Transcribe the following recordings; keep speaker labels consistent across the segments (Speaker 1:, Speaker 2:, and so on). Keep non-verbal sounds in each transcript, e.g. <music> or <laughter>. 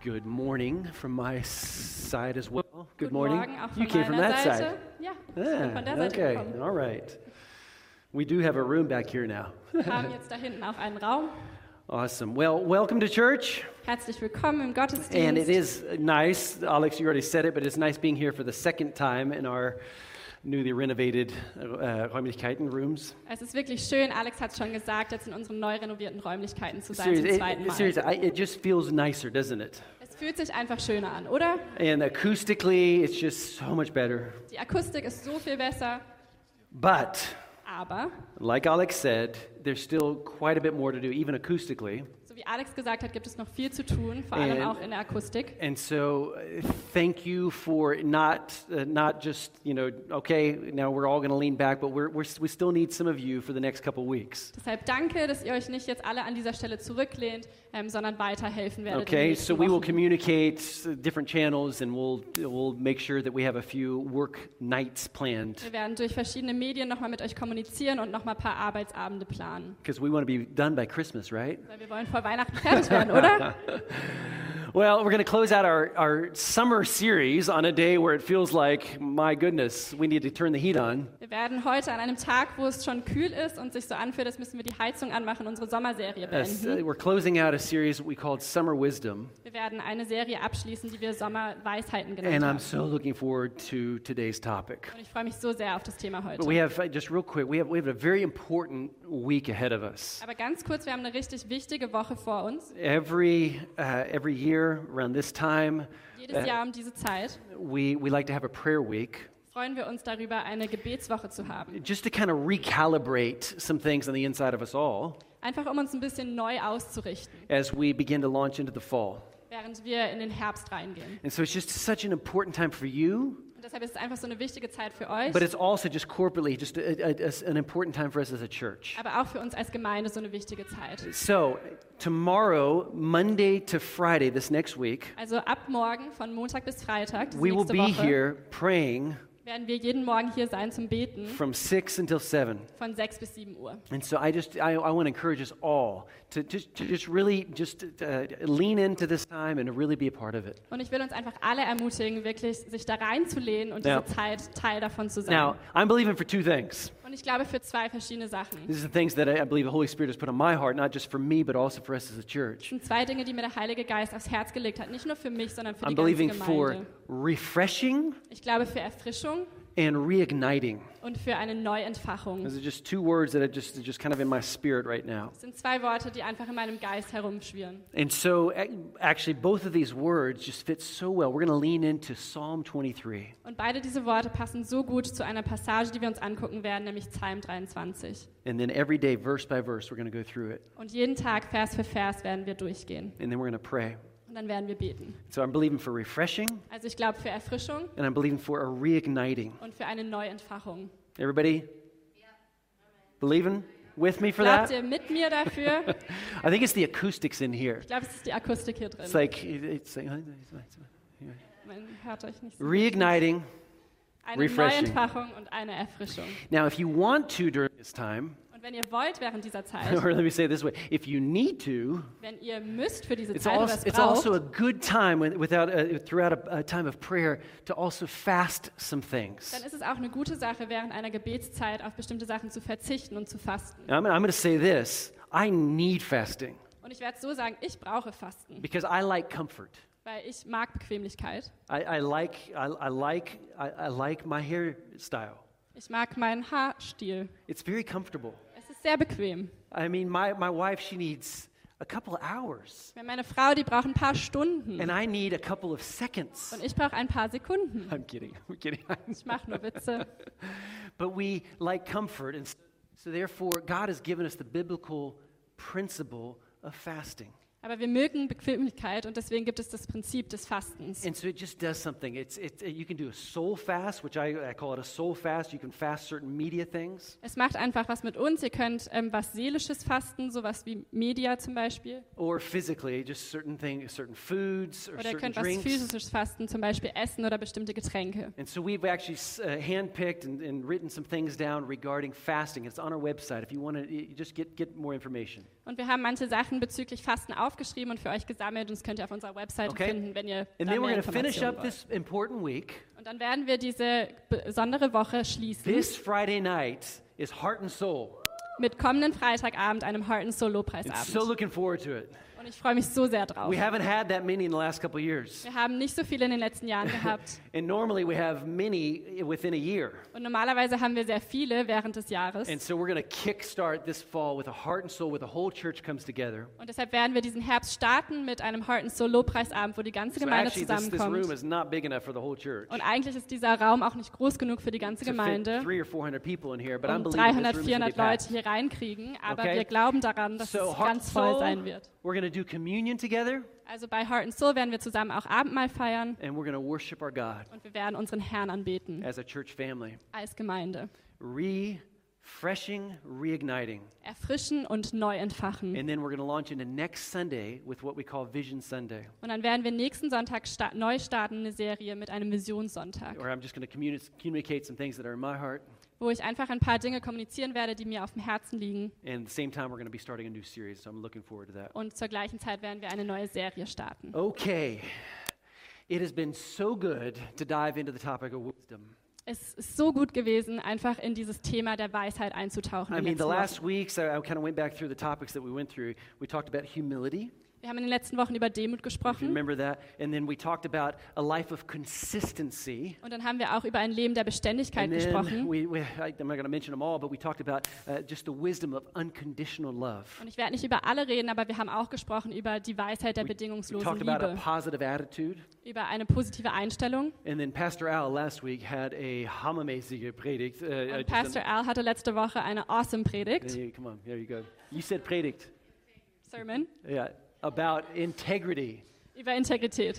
Speaker 1: Good morning from my side as well. Good
Speaker 2: Guten
Speaker 1: morning.
Speaker 2: Morgen, auch von
Speaker 1: you came from
Speaker 2: meiner
Speaker 1: that
Speaker 2: Seite.
Speaker 1: side.
Speaker 2: Ja, ich bin
Speaker 1: Ah,
Speaker 2: von der Seite
Speaker 1: okay.
Speaker 2: gekommen.
Speaker 1: All right. We do have a room back here now.
Speaker 2: Wir haben jetzt da hinten auch einen Raum.
Speaker 1: Awesome. Well, welcome to church.
Speaker 2: Herzlich willkommen im
Speaker 1: And it
Speaker 2: Gottesdienst.
Speaker 1: is nice, Alex, you already said it, but it's nice being here for the second time in our newly renovated uh, Räumlichkeiten rooms.
Speaker 2: Es ist wirklich schön, Alex hat es schon gesagt, jetzt in unseren neu renovierten Räumlichkeiten zu sein
Speaker 1: Seriously,
Speaker 2: zum zweiten
Speaker 1: it,
Speaker 2: Mal.
Speaker 1: seriously I, it just feels nicer, doesn't it?
Speaker 2: Es fühlt sich einfach schöner an, oder?
Speaker 1: And acoustically, it's just so much better.
Speaker 2: Die Akustik ist so viel besser,
Speaker 1: But,
Speaker 2: aber,
Speaker 1: like Alex said, there's still quite a bit more to do, even acoustically.
Speaker 2: so wie Alex gesagt hat, gibt es noch viel zu tun, vor allem
Speaker 1: And-
Speaker 2: auch in der Akustik.
Speaker 1: And so, uh, thank you for not uh, not just you know okay now we're all going to lean back, but we're, we're we still need some of you for the next couple weeks.
Speaker 2: Deshalb danke, dass ihr euch nicht jetzt alle an dieser Stelle zurücklehnt, ähm, sondern weiterhelfen werdet. in den
Speaker 1: Okay,
Speaker 2: nächsten
Speaker 1: so we will
Speaker 2: Wochen.
Speaker 1: communicate uh, different channels, and we'll we'll make sure that we have a few work nights planned
Speaker 2: Wir werden durch verschiedene Medien nochmal mit euch kommunizieren und nochmal ein paar Arbeitsabende planen.
Speaker 1: because we want to be done by Christmas, right?
Speaker 2: Weil wir wollen vor Weihnachten fertig werden, oder?
Speaker 1: Well, we're going to close out our, our summer series on a day where it feels like, my goodness, we need to turn the heat on.
Speaker 2: Wir werden heute an einem Tag, wo es schon kühl ist und sich so anfühlt, als müssen wir die Heizung anmachen, unsere Sommerserie
Speaker 1: Uh, s-
Speaker 2: beenden.
Speaker 1: we're closing out a series we called Summer Wisdom.
Speaker 2: Wir werden eine Serie abschließen, die wir Sommerweisheiten genannt
Speaker 1: And I'm
Speaker 2: haben.
Speaker 1: so looking forward to today's topic.
Speaker 2: Und ich freue mich so sehr auf das Thema
Speaker 1: But
Speaker 2: heute.
Speaker 1: we have, uh, just real quick, we have, we have a very important week ahead of us.
Speaker 2: Aber ganz kurz, wir haben eine richtig wichtige Woche vor uns.
Speaker 1: Every, uh, every year around this time,
Speaker 2: Jedes Jahr um diese Zeit
Speaker 1: we, we like to have a prayer week
Speaker 2: freuen wir uns darüber, eine Gebetswoche zu haben.
Speaker 1: just to kind of recalibrate some things on the inside of us all
Speaker 2: Einfach um uns ein bisschen neu auszurichten,
Speaker 1: as we begin to launch into the fall.
Speaker 2: während wir in den Herbst reingehen.
Speaker 1: And so it's just such an important time for you,
Speaker 2: Und deshalb ist es einfach so eine wichtige Zeit für euch,
Speaker 1: but it's also just corporately, just a, a- a- an important time for us as a church.
Speaker 2: aber auch für uns als Gemeinde so eine wichtige Zeit.
Speaker 1: So, tomorrow, Monday to Friday, this next week,
Speaker 2: Also ab morgen, von Montag bis Freitag, diese
Speaker 1: we will
Speaker 2: nächste
Speaker 1: be
Speaker 2: Woche,
Speaker 1: here praying
Speaker 2: werden wir jeden Morgen hier sein zum Beten
Speaker 1: from 6 until 7.
Speaker 2: von 6 bis 7 Uhr.
Speaker 1: And so I just, I, I want to encourage us all to just, to just really just uh, lean into this time and to really be a part of it.
Speaker 2: Und ich will uns einfach alle ermutigen, wirklich sich da reinzulehnen und
Speaker 1: Now-
Speaker 2: diese Zeit Teil davon zu sein.
Speaker 1: Now, I'm believing for two things.
Speaker 2: und ich glaube für zwei verschiedene Sachen. Das
Speaker 1: These are the things that I, I believe the Holy Spirit has put on my heart, not just for me, but also for us as a church.
Speaker 2: sind zwei Dinge, die mir der Heilige Geist aufs Herz gelegt hat. Nicht nur für mich, sondern für
Speaker 1: I'm
Speaker 2: die ganze
Speaker 1: believing for
Speaker 2: Gemeinde.
Speaker 1: refreshing
Speaker 2: Ich glaube für Erfrischung
Speaker 1: and reigniting.
Speaker 2: und für eine Neuentfachung.
Speaker 1: Those are just two words that are just, just kind of in my spirit right now.
Speaker 2: Das sind zwei Worte, die einfach in meinem Geist herumschwirren.
Speaker 1: And so, ac- actually, both of these words just fit so well. We're going to lean into Psalm 23.
Speaker 2: Und beide diese Worte passen so gut zu einer Passage, die wir uns angucken werden, nämlich Psalm 23.
Speaker 1: And then every day, verse by verse, we're going to go through it.
Speaker 2: Und jeden Tag, Vers für Vers, werden wir durchgehen.
Speaker 1: And then we're going to pray.
Speaker 2: Und dann werden wir beten.
Speaker 1: So, I'm believing for refreshing
Speaker 2: Also ich glaube für Erfrischung
Speaker 1: and I'm believing for a reigniting.
Speaker 2: und für eine Neuentfachung.
Speaker 1: Everybody? Believing? With me for
Speaker 2: Glaubt
Speaker 1: that?
Speaker 2: ihr mit mir dafür?
Speaker 1: I think it's the acoustics in here.
Speaker 2: Ich glaube, es ist die Akustik hier drin.
Speaker 1: It's like, it's like
Speaker 2: Man hört euch nicht. so.
Speaker 1: reigniting.
Speaker 2: Eine
Speaker 1: refreshing.
Speaker 2: Neuentfachung und eine Erfrischung.
Speaker 1: Now, if you want to during this time, <laughs>
Speaker 2: Und wenn ihr wollt während dieser Zeit,
Speaker 1: or let me say it this way if you need to,
Speaker 2: wenn ihr müsst für diese
Speaker 1: It's
Speaker 2: Zeit oder
Speaker 1: also,
Speaker 2: es
Speaker 1: it's also a
Speaker 2: braucht,
Speaker 1: good time when- without, uh, throughout a, a time of prayer to also fast some things.
Speaker 2: dann ist es auch eine gute Sache, während einer Gebetszeit auf bestimmte Sachen zu verzichten und zu fasten.
Speaker 1: Now, I'm, I'm going to say this I need fasting
Speaker 2: Und ich werde so sagen, ich brauche Fasten,
Speaker 1: because I like comfort.
Speaker 2: weil ich mag Bequemlichkeit.
Speaker 1: I, I, like, I, I, like, I, I like my hairstyle,
Speaker 2: Ich mag meinen Haarstil.
Speaker 1: it's very comfortable.
Speaker 2: Es ist sehr bequem.
Speaker 1: I mean, my, my wife, she needs a couple of hours,
Speaker 2: Wenn meine Frau, die braucht ein paar Stunden
Speaker 1: and I need a couple of seconds.
Speaker 2: und ich brauche ein paar Sekunden.
Speaker 1: <laughs> I'm kidding. I'm kidding. <laughs>
Speaker 2: Ich mache nur Witze.
Speaker 1: But we like comfort, and so, so therefore, God has given us the biblical principle of fasting.
Speaker 2: Aber wir mögen Bequemlichkeit und deswegen gibt es das Prinzip des Fastens.
Speaker 1: And so it just does something. It's, it, you can do a soul fast, which I, I call it a soul fast. You can fast certain media things,
Speaker 2: Es macht einfach was mit uns. Ihr könnt ähm, was Seelisches fasten, sowas wie Media zum Beispiel.
Speaker 1: or physically, just certain things, certain foods or
Speaker 2: Oder ihr
Speaker 1: certain
Speaker 2: könnt was
Speaker 1: drinks.
Speaker 2: Physisches fasten, zum Beispiel Essen oder bestimmte Getränke.
Speaker 1: And so we've actually uh, handpicked and, and written some things down regarding fasting. It's on our website if you want to just get, get more information.
Speaker 2: Und wir haben manche Sachen bezüglich Fasten aufgeschrieben und für euch gesammelt. Und das könnt ihr auf unserer Webseite
Speaker 1: Okay.
Speaker 2: finden, wenn ihr
Speaker 1: And
Speaker 2: da
Speaker 1: then we're
Speaker 2: mehr
Speaker 1: going to finish
Speaker 2: Informationen
Speaker 1: up
Speaker 2: wollt.
Speaker 1: this important week.
Speaker 2: Und dann werden wir diese besondere Woche schließen
Speaker 1: This Friday night is Heart and Soul.
Speaker 2: mit kommenden Freitagabend, einem Heart and Soul
Speaker 1: And
Speaker 2: Lobpreisabend.
Speaker 1: so looking forward to it.
Speaker 2: und ich freue mich so sehr drauf.
Speaker 1: We haven't had that many in the last couple of years.
Speaker 2: Wir haben nicht so viele in den
Speaker 1: <laughs>
Speaker 2: letzten Jahren gehabt.
Speaker 1: And normally we have many eh, within a year.
Speaker 2: Und normalerweise haben wir sehr viele während des Jahres.
Speaker 1: And so we're going to kickstart this fall with a heart and soul where the whole church comes together.
Speaker 2: Und deshalb werden wir diesen Herbst starten mit einem Heart and Soul Lobpreisabend, wo die ganze
Speaker 1: So
Speaker 2: Gemeinde
Speaker 1: actually, this, this room
Speaker 2: zusammenkommt.
Speaker 1: is not big enough for the whole church.
Speaker 2: Und eigentlich ist dieser Raum auch nicht groß genug für die ganze
Speaker 1: to fit
Speaker 2: Gemeinde,
Speaker 1: three or four hundred people in here, but I'm
Speaker 2: um
Speaker 1: believing
Speaker 2: 300,
Speaker 1: this room is gonna be
Speaker 2: 400 Leute
Speaker 1: packed.
Speaker 2: hier reinkriegen. Aber
Speaker 1: Okay.
Speaker 2: wir glauben daran, dass
Speaker 1: So
Speaker 2: es
Speaker 1: Heart and
Speaker 2: ganz voll
Speaker 1: Soul,
Speaker 2: sein wird.
Speaker 1: We're going to do communion together,
Speaker 2: Also bei Heart and Soul werden wir zusammen auch Abendmahl feiern
Speaker 1: and we're going to worship our God
Speaker 2: und wir werden unseren Herrn anbeten
Speaker 1: as a church family,
Speaker 2: als Gemeinde.
Speaker 1: refreshing, reigniting,
Speaker 2: Mm-hmm. Erfrischen und neu entfachen.
Speaker 1: and then we're going to launch into next Sunday with what we call Vision Sunday,
Speaker 2: Und dann werden wir nächsten Sonntag sta neu starten, eine Serie mit einem Visionssonntag,
Speaker 1: where I'm just going to communi- communicate some things that are in my heart,
Speaker 2: wo ich einfach ein paar Dinge kommunizieren werde, die mir auf dem Herzen liegen.
Speaker 1: and at the same time we're going to be starting a new series. So I'm looking forward to that.
Speaker 2: Und zur gleichen Zeit werden wir eine neue Serie starten.
Speaker 1: Okay. It has been so good to dive into the topic of wisdom.
Speaker 2: Es ist so gut gewesen, einfach in dieses Thema der Weisheit einzutauchen.
Speaker 1: I
Speaker 2: in
Speaker 1: mean,
Speaker 2: den
Speaker 1: the
Speaker 2: letzten
Speaker 1: last weeks, I, I kind of went back through the topics that we went through. We talked about humility,
Speaker 2: Wochen. wir haben in den letzten Wochen über
Speaker 1: if
Speaker 2: Demut
Speaker 1: you
Speaker 2: gesprochen
Speaker 1: remember that. And then we talked about a life of consistency.
Speaker 2: und dann haben wir auch über ein Leben der Beständigkeit
Speaker 1: And then
Speaker 2: gesprochen.
Speaker 1: we, we, I, am not going to mention them all, but we talked about uh, just the wisdom of unconditional love.
Speaker 2: Und ich werde nicht über alle reden, aber wir haben auch gesprochen über die Weisheit der
Speaker 1: We- We
Speaker 2: bedingungslosen
Speaker 1: talked about a
Speaker 2: Liebe,
Speaker 1: positive attitude.
Speaker 2: über eine positive Einstellung.
Speaker 1: And then Pastor Al last week had a hamamesige predigt. Uh, uh,
Speaker 2: Und
Speaker 1: just
Speaker 2: Pastor Al hatte letzte Woche eine
Speaker 1: an-
Speaker 2: awesome Predigt,
Speaker 1: There you- come on, there you go. You said predigt.
Speaker 2: Sermon,
Speaker 1: Yeah, about integrity
Speaker 2: über Integrität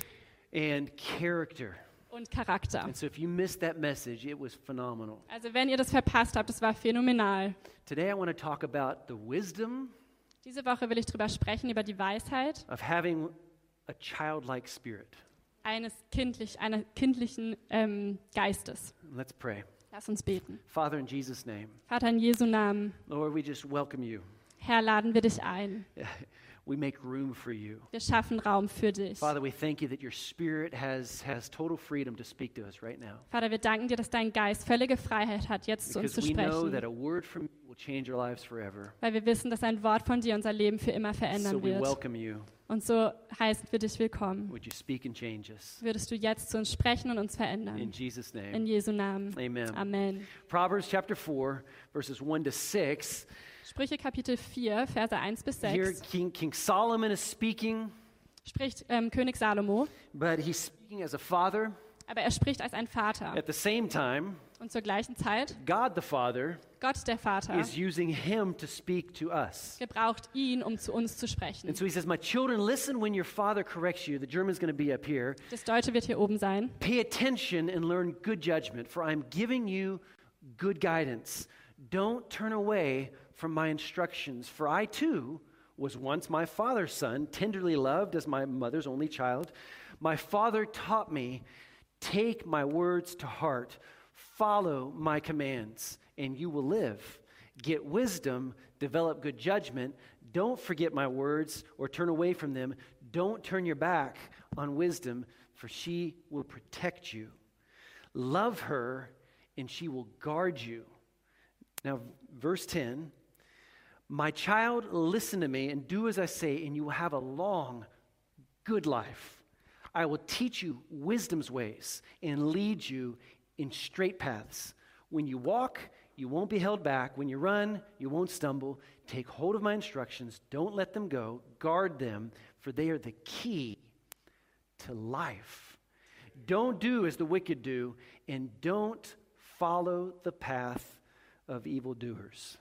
Speaker 1: and character.
Speaker 2: und Charakter.
Speaker 1: And so if you missed that message, it was phenomenal.
Speaker 2: Also wenn ihr das verpasst habt, das war phänomenal.
Speaker 1: Today, I want to talk about the wisdom
Speaker 2: Diese Woche will ich darüber sprechen, über die Weisheit
Speaker 1: of having a childlike spirit.
Speaker 2: eines kindlich, einer kindlichen ähm, Geistes.
Speaker 1: Let's pray.
Speaker 2: Lass uns beten.
Speaker 1: Father, in Jesus' name,
Speaker 2: Vater, in Jesu Namen,
Speaker 1: Lord, we just welcome you.
Speaker 2: Herr, laden wir dich ein.
Speaker 1: We make room for you.
Speaker 2: Wir schaffen Raum für dich.
Speaker 1: Father, we thank you that your spirit has, has total freedom to speak to us right now.
Speaker 2: Vater, wir danken dir, dass dein Geist völlige Freiheit hat, jetzt zu uns
Speaker 1: Because we
Speaker 2: zu
Speaker 1: know that
Speaker 2: sprechen,
Speaker 1: a word from you will change our lives forever.
Speaker 2: weil wir wissen, dass ein Wort von dir unser Leben für immer
Speaker 1: So
Speaker 2: verändern
Speaker 1: we
Speaker 2: wird.
Speaker 1: welcome you.
Speaker 2: Und so heißen wir dich willkommen.
Speaker 1: Would you speak and change us?
Speaker 2: Würdest du jetzt zu uns sprechen und uns
Speaker 1: In
Speaker 2: verändern?
Speaker 1: Jesus'
Speaker 2: In
Speaker 1: name.
Speaker 2: Jesu Namen.
Speaker 1: Amen.
Speaker 2: Amen.
Speaker 1: Proverbs chapter 4, verses 1 to 6.
Speaker 2: Sprüche Kapitel 4, Verse 1 bis
Speaker 1: Here,
Speaker 2: 6
Speaker 1: King, King Solomon is speaking.
Speaker 2: spricht ähm, König Salomo,
Speaker 1: But he's speaking as a father.
Speaker 2: aber er spricht als ein Vater.
Speaker 1: At the same time,
Speaker 2: Und zur gleichen Zeit,
Speaker 1: God the Father
Speaker 2: Gott der Vater
Speaker 1: is using him to speak to us.
Speaker 2: gebraucht ihn, um zu uns zu sprechen.
Speaker 1: And so he says, My children, listen when your father corrects you. The German's going to be up here.
Speaker 2: Das Deutsche wird hier oben sein.
Speaker 1: Pay attention and learn good judgment, for I'm giving you good guidance. Don't turn away from my instructions, for I too was once my father's son, tenderly loved as my mother's only child. My father taught me, take my words to heart, follow my commands, and you will live. Get wisdom, develop good judgment. Don't forget my words or turn away from them. Don't turn your back on wisdom, for she will protect you. Love her, and she will guard you. Now, verse 10 My child, listen to me and do as I say, and you will have a long, good life. I will teach you wisdom's ways and lead you in straight paths. When you walk, you won't be held back. When you run, you won't stumble. Take hold of my instructions. Don't let them go. Guard them, for they are the key to life. Don't do as the wicked do, and don't follow the path of evildoers.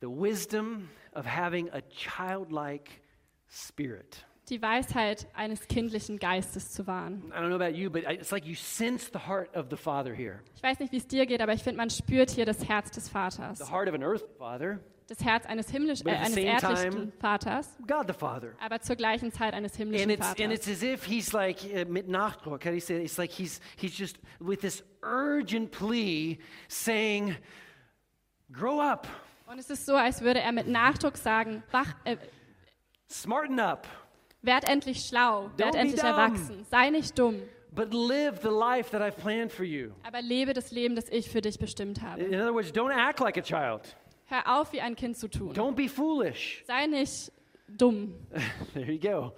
Speaker 1: The wisdom of having a childlike spirit.
Speaker 2: Die Weisheit eines kindlichen Geistes zu wahren.
Speaker 1: I don't know about you, but I- it's like you sense the heart of the Father here,
Speaker 2: Ich weiß nicht, wie es dir geht, aber ich finde, man spürt hier das Herz des
Speaker 1: the
Speaker 2: Vaters.
Speaker 1: heart of an earthly Father,
Speaker 2: Das Herz eines himmlisch,
Speaker 1: But
Speaker 2: äh,
Speaker 1: at
Speaker 2: eines
Speaker 1: the same time-
Speaker 2: erdlichen Vaters,
Speaker 1: God the Father.
Speaker 2: aber zur gleichen Zeit eines
Speaker 1: And
Speaker 2: himmlischen
Speaker 1: it's, and
Speaker 2: Vaters.
Speaker 1: it's as if he's like, uh, mit Nachdruck, how do you say it? It's like he's, he's just with this urgent plea saying, Grow up.
Speaker 2: Und es ist so, als würde er mit Nachdruck sagen, wach, äh,
Speaker 1: Smarten up,
Speaker 2: werd endlich schlau, werd
Speaker 1: Don't be
Speaker 2: endlich
Speaker 1: dumb.
Speaker 2: erwachsen, sei nicht dumm,
Speaker 1: but live the life that I planned for you.
Speaker 2: aber lebe das Leben, das ich für dich bestimmt habe.
Speaker 1: In other words, don't act like a child.
Speaker 2: Hör auf, wie ein Kind zu tun.
Speaker 1: Don't be foolish.
Speaker 2: Sei nicht dumm.
Speaker 1: <laughs> There you go.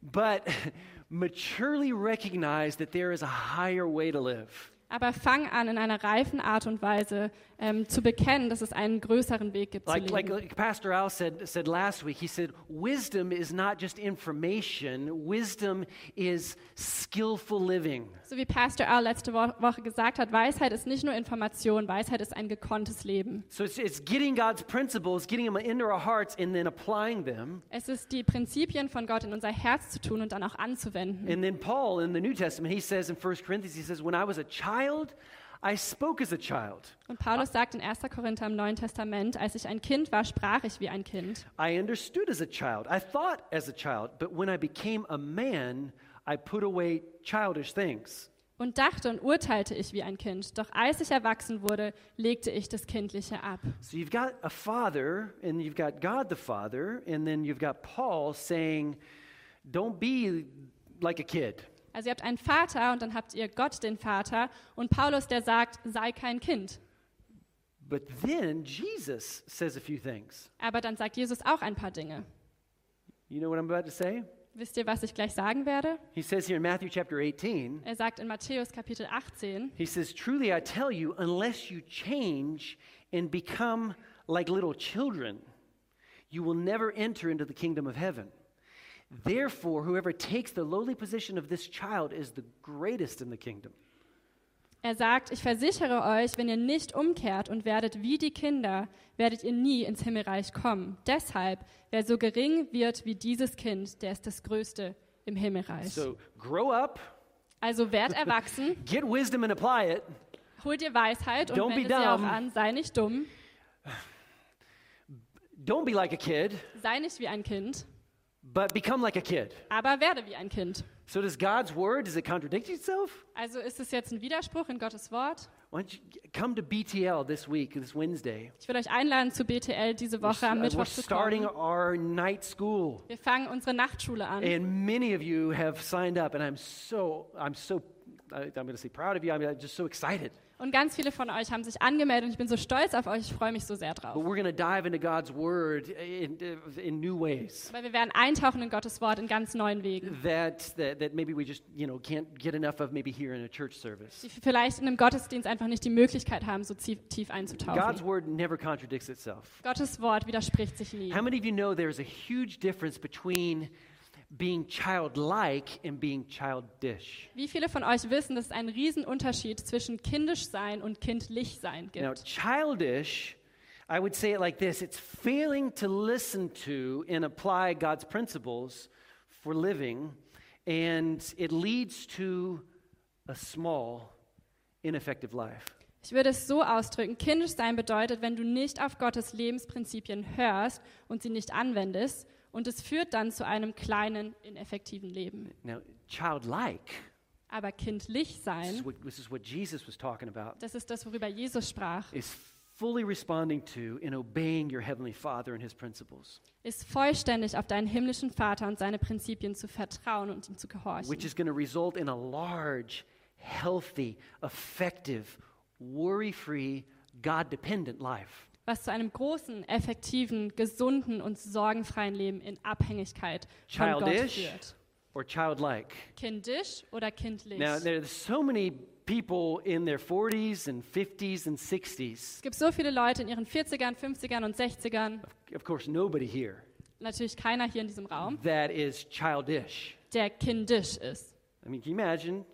Speaker 1: But <laughs> maturely recognize that there is a higher way to live.
Speaker 2: Aber fang an, in einer reifen Art und Weise ähm, zu bekennen, dass es einen größeren Weg gibt
Speaker 1: Like,
Speaker 2: zu
Speaker 1: like,
Speaker 2: leben.
Speaker 1: like Pastor Al said, said last week, he said, wisdom is not just information, wisdom is skillful living.
Speaker 2: so wie Pastor R. letzte Wo Woche gesagt hat, Weisheit ist nicht nur Information, Weisheit ist ein gekonntes Leben.
Speaker 1: So it's, it's getting God's principles, getting them into our hearts, and then applying them.
Speaker 2: Es ist die Prinzipien von Gott in unser Herz zu tun und dann auch anzuwenden.
Speaker 1: And then Paul in the New Testament, he says in 1 Corinthians, he says, When I was a child, I spoke as a child.
Speaker 2: Und Paulus sagt in 1. Korinther im Neuen Testament, als ich ein Kind war, sprach ich wie ein Kind.
Speaker 1: I understood as a child. I thought as a child. But when I became a man, I put away childish things.
Speaker 2: Und dachte und urteilte ich wie ein Kind. Doch als ich erwachsen wurde, legte ich das Kindliche ab.
Speaker 1: So you've got a father, and you've got God the Father, and then you've got Paul saying, Don't be like a kid.
Speaker 2: Also ihr habt einen Vater und dann habt ihr Gott den Vater und Paulus, der sagt, sei kein Kind.
Speaker 1: But then Jesus says a few things.
Speaker 2: Aber dann sagt Jesus auch ein paar Dinge.
Speaker 1: You know what I'm about to say?
Speaker 2: Wisst ihr, was ich gleich sagen werde?
Speaker 1: He says here in Matthew chapter 18,
Speaker 2: Er sagt in Matthäus Kapitel 18,
Speaker 1: he says, Truly I tell you, unless you change and become like little children, you will never enter into the kingdom of heaven. Therefore, whoever takes the lowly position of this child is the greatest in the kingdom.
Speaker 2: er sagt, ich versichere euch, wenn ihr nicht umkehrt und werdet wie die Kinder, werdet ihr nie ins Himmelreich kommen. Deshalb, wer so gering wird wie dieses Kind, der ist das Größte im Himmelreich.
Speaker 1: So grow up,
Speaker 2: Also werd erwachsen,
Speaker 1: get wisdom and apply it,
Speaker 2: hol dir Weisheit und
Speaker 1: Don't be
Speaker 2: wende sie auch
Speaker 1: dumb.
Speaker 2: an, sei nicht dumm,
Speaker 1: don't be like a kid,
Speaker 2: sei nicht wie ein Kind,
Speaker 1: but become like a kid.
Speaker 2: aber werde wie ein Kind.
Speaker 1: So does God's word, does it contradict itself?
Speaker 2: Also ist es jetzt ein Widerspruch in Gottes Wort?
Speaker 1: Why don't you come to BTL this week, this Wednesday?
Speaker 2: Ich will euch einladen zu BTL diese Woche am
Speaker 1: We're
Speaker 2: Mittwoch zu
Speaker 1: starting
Speaker 2: kommen.
Speaker 1: our night school.
Speaker 2: Wir fangen unsere Nachtschule an
Speaker 1: And many of you have signed up, and I'm so, I'm so, I, I'm going to say proud of you. I'm just so excited.
Speaker 2: und ganz viele von euch haben sich angemeldet und ich bin so stolz auf euch, ich freue mich so sehr
Speaker 1: But
Speaker 2: drauf.
Speaker 1: we're going to dive into God's word in, in new ways
Speaker 2: Weil wir werden eintauchen in Gottes Wort in ganz neuen Wegen,
Speaker 1: that, that that maybe we just you know can't get enough of maybe here in a church service.
Speaker 2: die vielleicht in einem Gottesdienst einfach nicht die Möglichkeit haben, so tief, tief
Speaker 1: God's
Speaker 2: einzutauchen.
Speaker 1: word never contradicts itself.
Speaker 2: Gottes Wort widerspricht sich nie.
Speaker 1: How many of you know there's a huge difference between being childlike and being childish?
Speaker 2: Wie viele von euch wissen, dass es einen riesen Unterschied zwischen kindisch sein und kindlich sein
Speaker 1: Now,
Speaker 2: gibt?
Speaker 1: childish, I would say it like this it's failing to listen to and apply God's principles for living, and it leads to a small, ineffective life.
Speaker 2: Ich würde es so ausdrücken, kindisch sein bedeutet, wenn du nicht auf Gottes Lebensprinzipien hörst und sie nicht anwendest und es führt dann zu einem kleinen, ineffektiven Leben.
Speaker 1: Now, childlike,
Speaker 2: Aber kindlich
Speaker 1: this is
Speaker 2: sein,
Speaker 1: what, this is what Jesus was talking about,
Speaker 2: das ist das, worüber Jesus sprach,
Speaker 1: is fully responding to and obeying your Heavenly Father and His principles,
Speaker 2: ist vollständig auf deinen himmlischen Vater und seine Prinzipien zu vertrauen und ihm zu gehorchen.
Speaker 1: which is going to result in a large, healthy, effective, worry free, God dependent life.
Speaker 2: Was zu einem großen, effektiven, gesunden und sorgenfreien Leben in Abhängigkeit von Gott
Speaker 1: childish
Speaker 2: führt.
Speaker 1: or childlike.
Speaker 2: Kindisch oder kindlich?
Speaker 1: Now, there's so many people in their 40s and 50s and 60s.
Speaker 2: es gibt so viele Leute in ihren 40ern, 50ern und 60ern,
Speaker 1: Of course, nobody here
Speaker 2: natürlich keiner hier in diesem Raum,
Speaker 1: that is childish.
Speaker 2: der kindisch ist.
Speaker 1: I mean, can you imagine,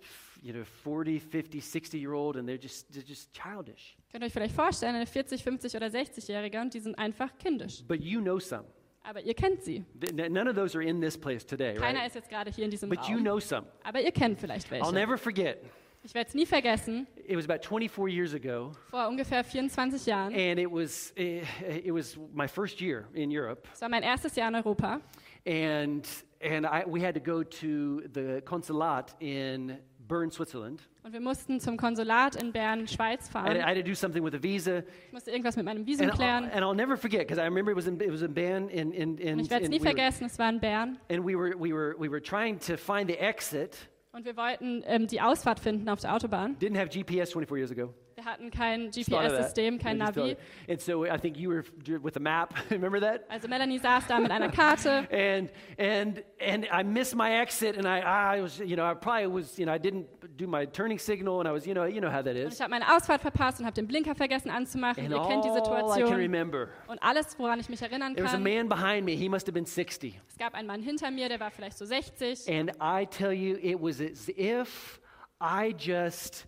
Speaker 1: you know, 40, 50, 60 year old and they're just, they're just childish.
Speaker 2: Könnt ihr euch vielleicht vorstellen, eine 40, 50 oder 60-Jährige und die sind einfach kindisch.
Speaker 1: But you know some.
Speaker 2: Aber ihr kennt sie.
Speaker 1: Th- n- None of those are in this place today,
Speaker 2: Keiner
Speaker 1: right?
Speaker 2: ist jetzt gerade hier in diesem
Speaker 1: But you
Speaker 2: Raum.
Speaker 1: know some.
Speaker 2: Aber ihr kennt vielleicht
Speaker 1: I'll
Speaker 2: welche.
Speaker 1: never forget.
Speaker 2: Ich werde es nie vergessen,
Speaker 1: It was about 24 years ago,
Speaker 2: vor ungefähr 24 Jahren.
Speaker 1: and it was eh, it was my first year in Europe.
Speaker 2: Es war mein erstes Jahr in Europa.
Speaker 1: and and I, we had to go to the consulat in Bern, Switzerland.
Speaker 2: Und wir mussten zum Konsulat in Bern,
Speaker 1: And
Speaker 2: Schweiz
Speaker 1: I
Speaker 2: fahren.
Speaker 1: had to do something with a visa.
Speaker 2: Ich musste irgendwas mit meinem Visum
Speaker 1: And I'll,
Speaker 2: klären.
Speaker 1: and I'll never forget because I remember it was in, it was in Bern in in in.
Speaker 2: Und ich werde es
Speaker 1: in-
Speaker 2: nie
Speaker 1: we were-
Speaker 2: vergessen, es war in Bern.
Speaker 1: and we were we were we were trying to find the exit.
Speaker 2: Und wir wollten ähm, die Ausfahrt finden auf der Autobahn.
Speaker 1: Didn't have GPS 24 years ago.
Speaker 2: Wir hatten kein
Speaker 1: Just thought of that.
Speaker 2: GPS-System, kein
Speaker 1: I just
Speaker 2: Navi.
Speaker 1: thought- And so I think you were with the map. <laughs> remember that?
Speaker 2: Also Melanie saß da mit
Speaker 1: <laughs>
Speaker 2: einer Karte.
Speaker 1: And and and I missed my exit, and I I was you know I probably was you know I didn't do my turning signal, and I was you know you know how that
Speaker 2: Und
Speaker 1: is.
Speaker 2: ich habe meine Ausfahrt verpasst und habe den Blinker vergessen anzumachen.
Speaker 1: And
Speaker 2: Ihr kennt die
Speaker 1: all I can
Speaker 2: Situation.
Speaker 1: remember,
Speaker 2: Und alles, woran ich mich erinnern
Speaker 1: there was a
Speaker 2: kann,
Speaker 1: man behind me. He must have been 60.
Speaker 2: es gab einen Mann hinter mir, der war vielleicht so 60.
Speaker 1: And I tell you, it was as if I just,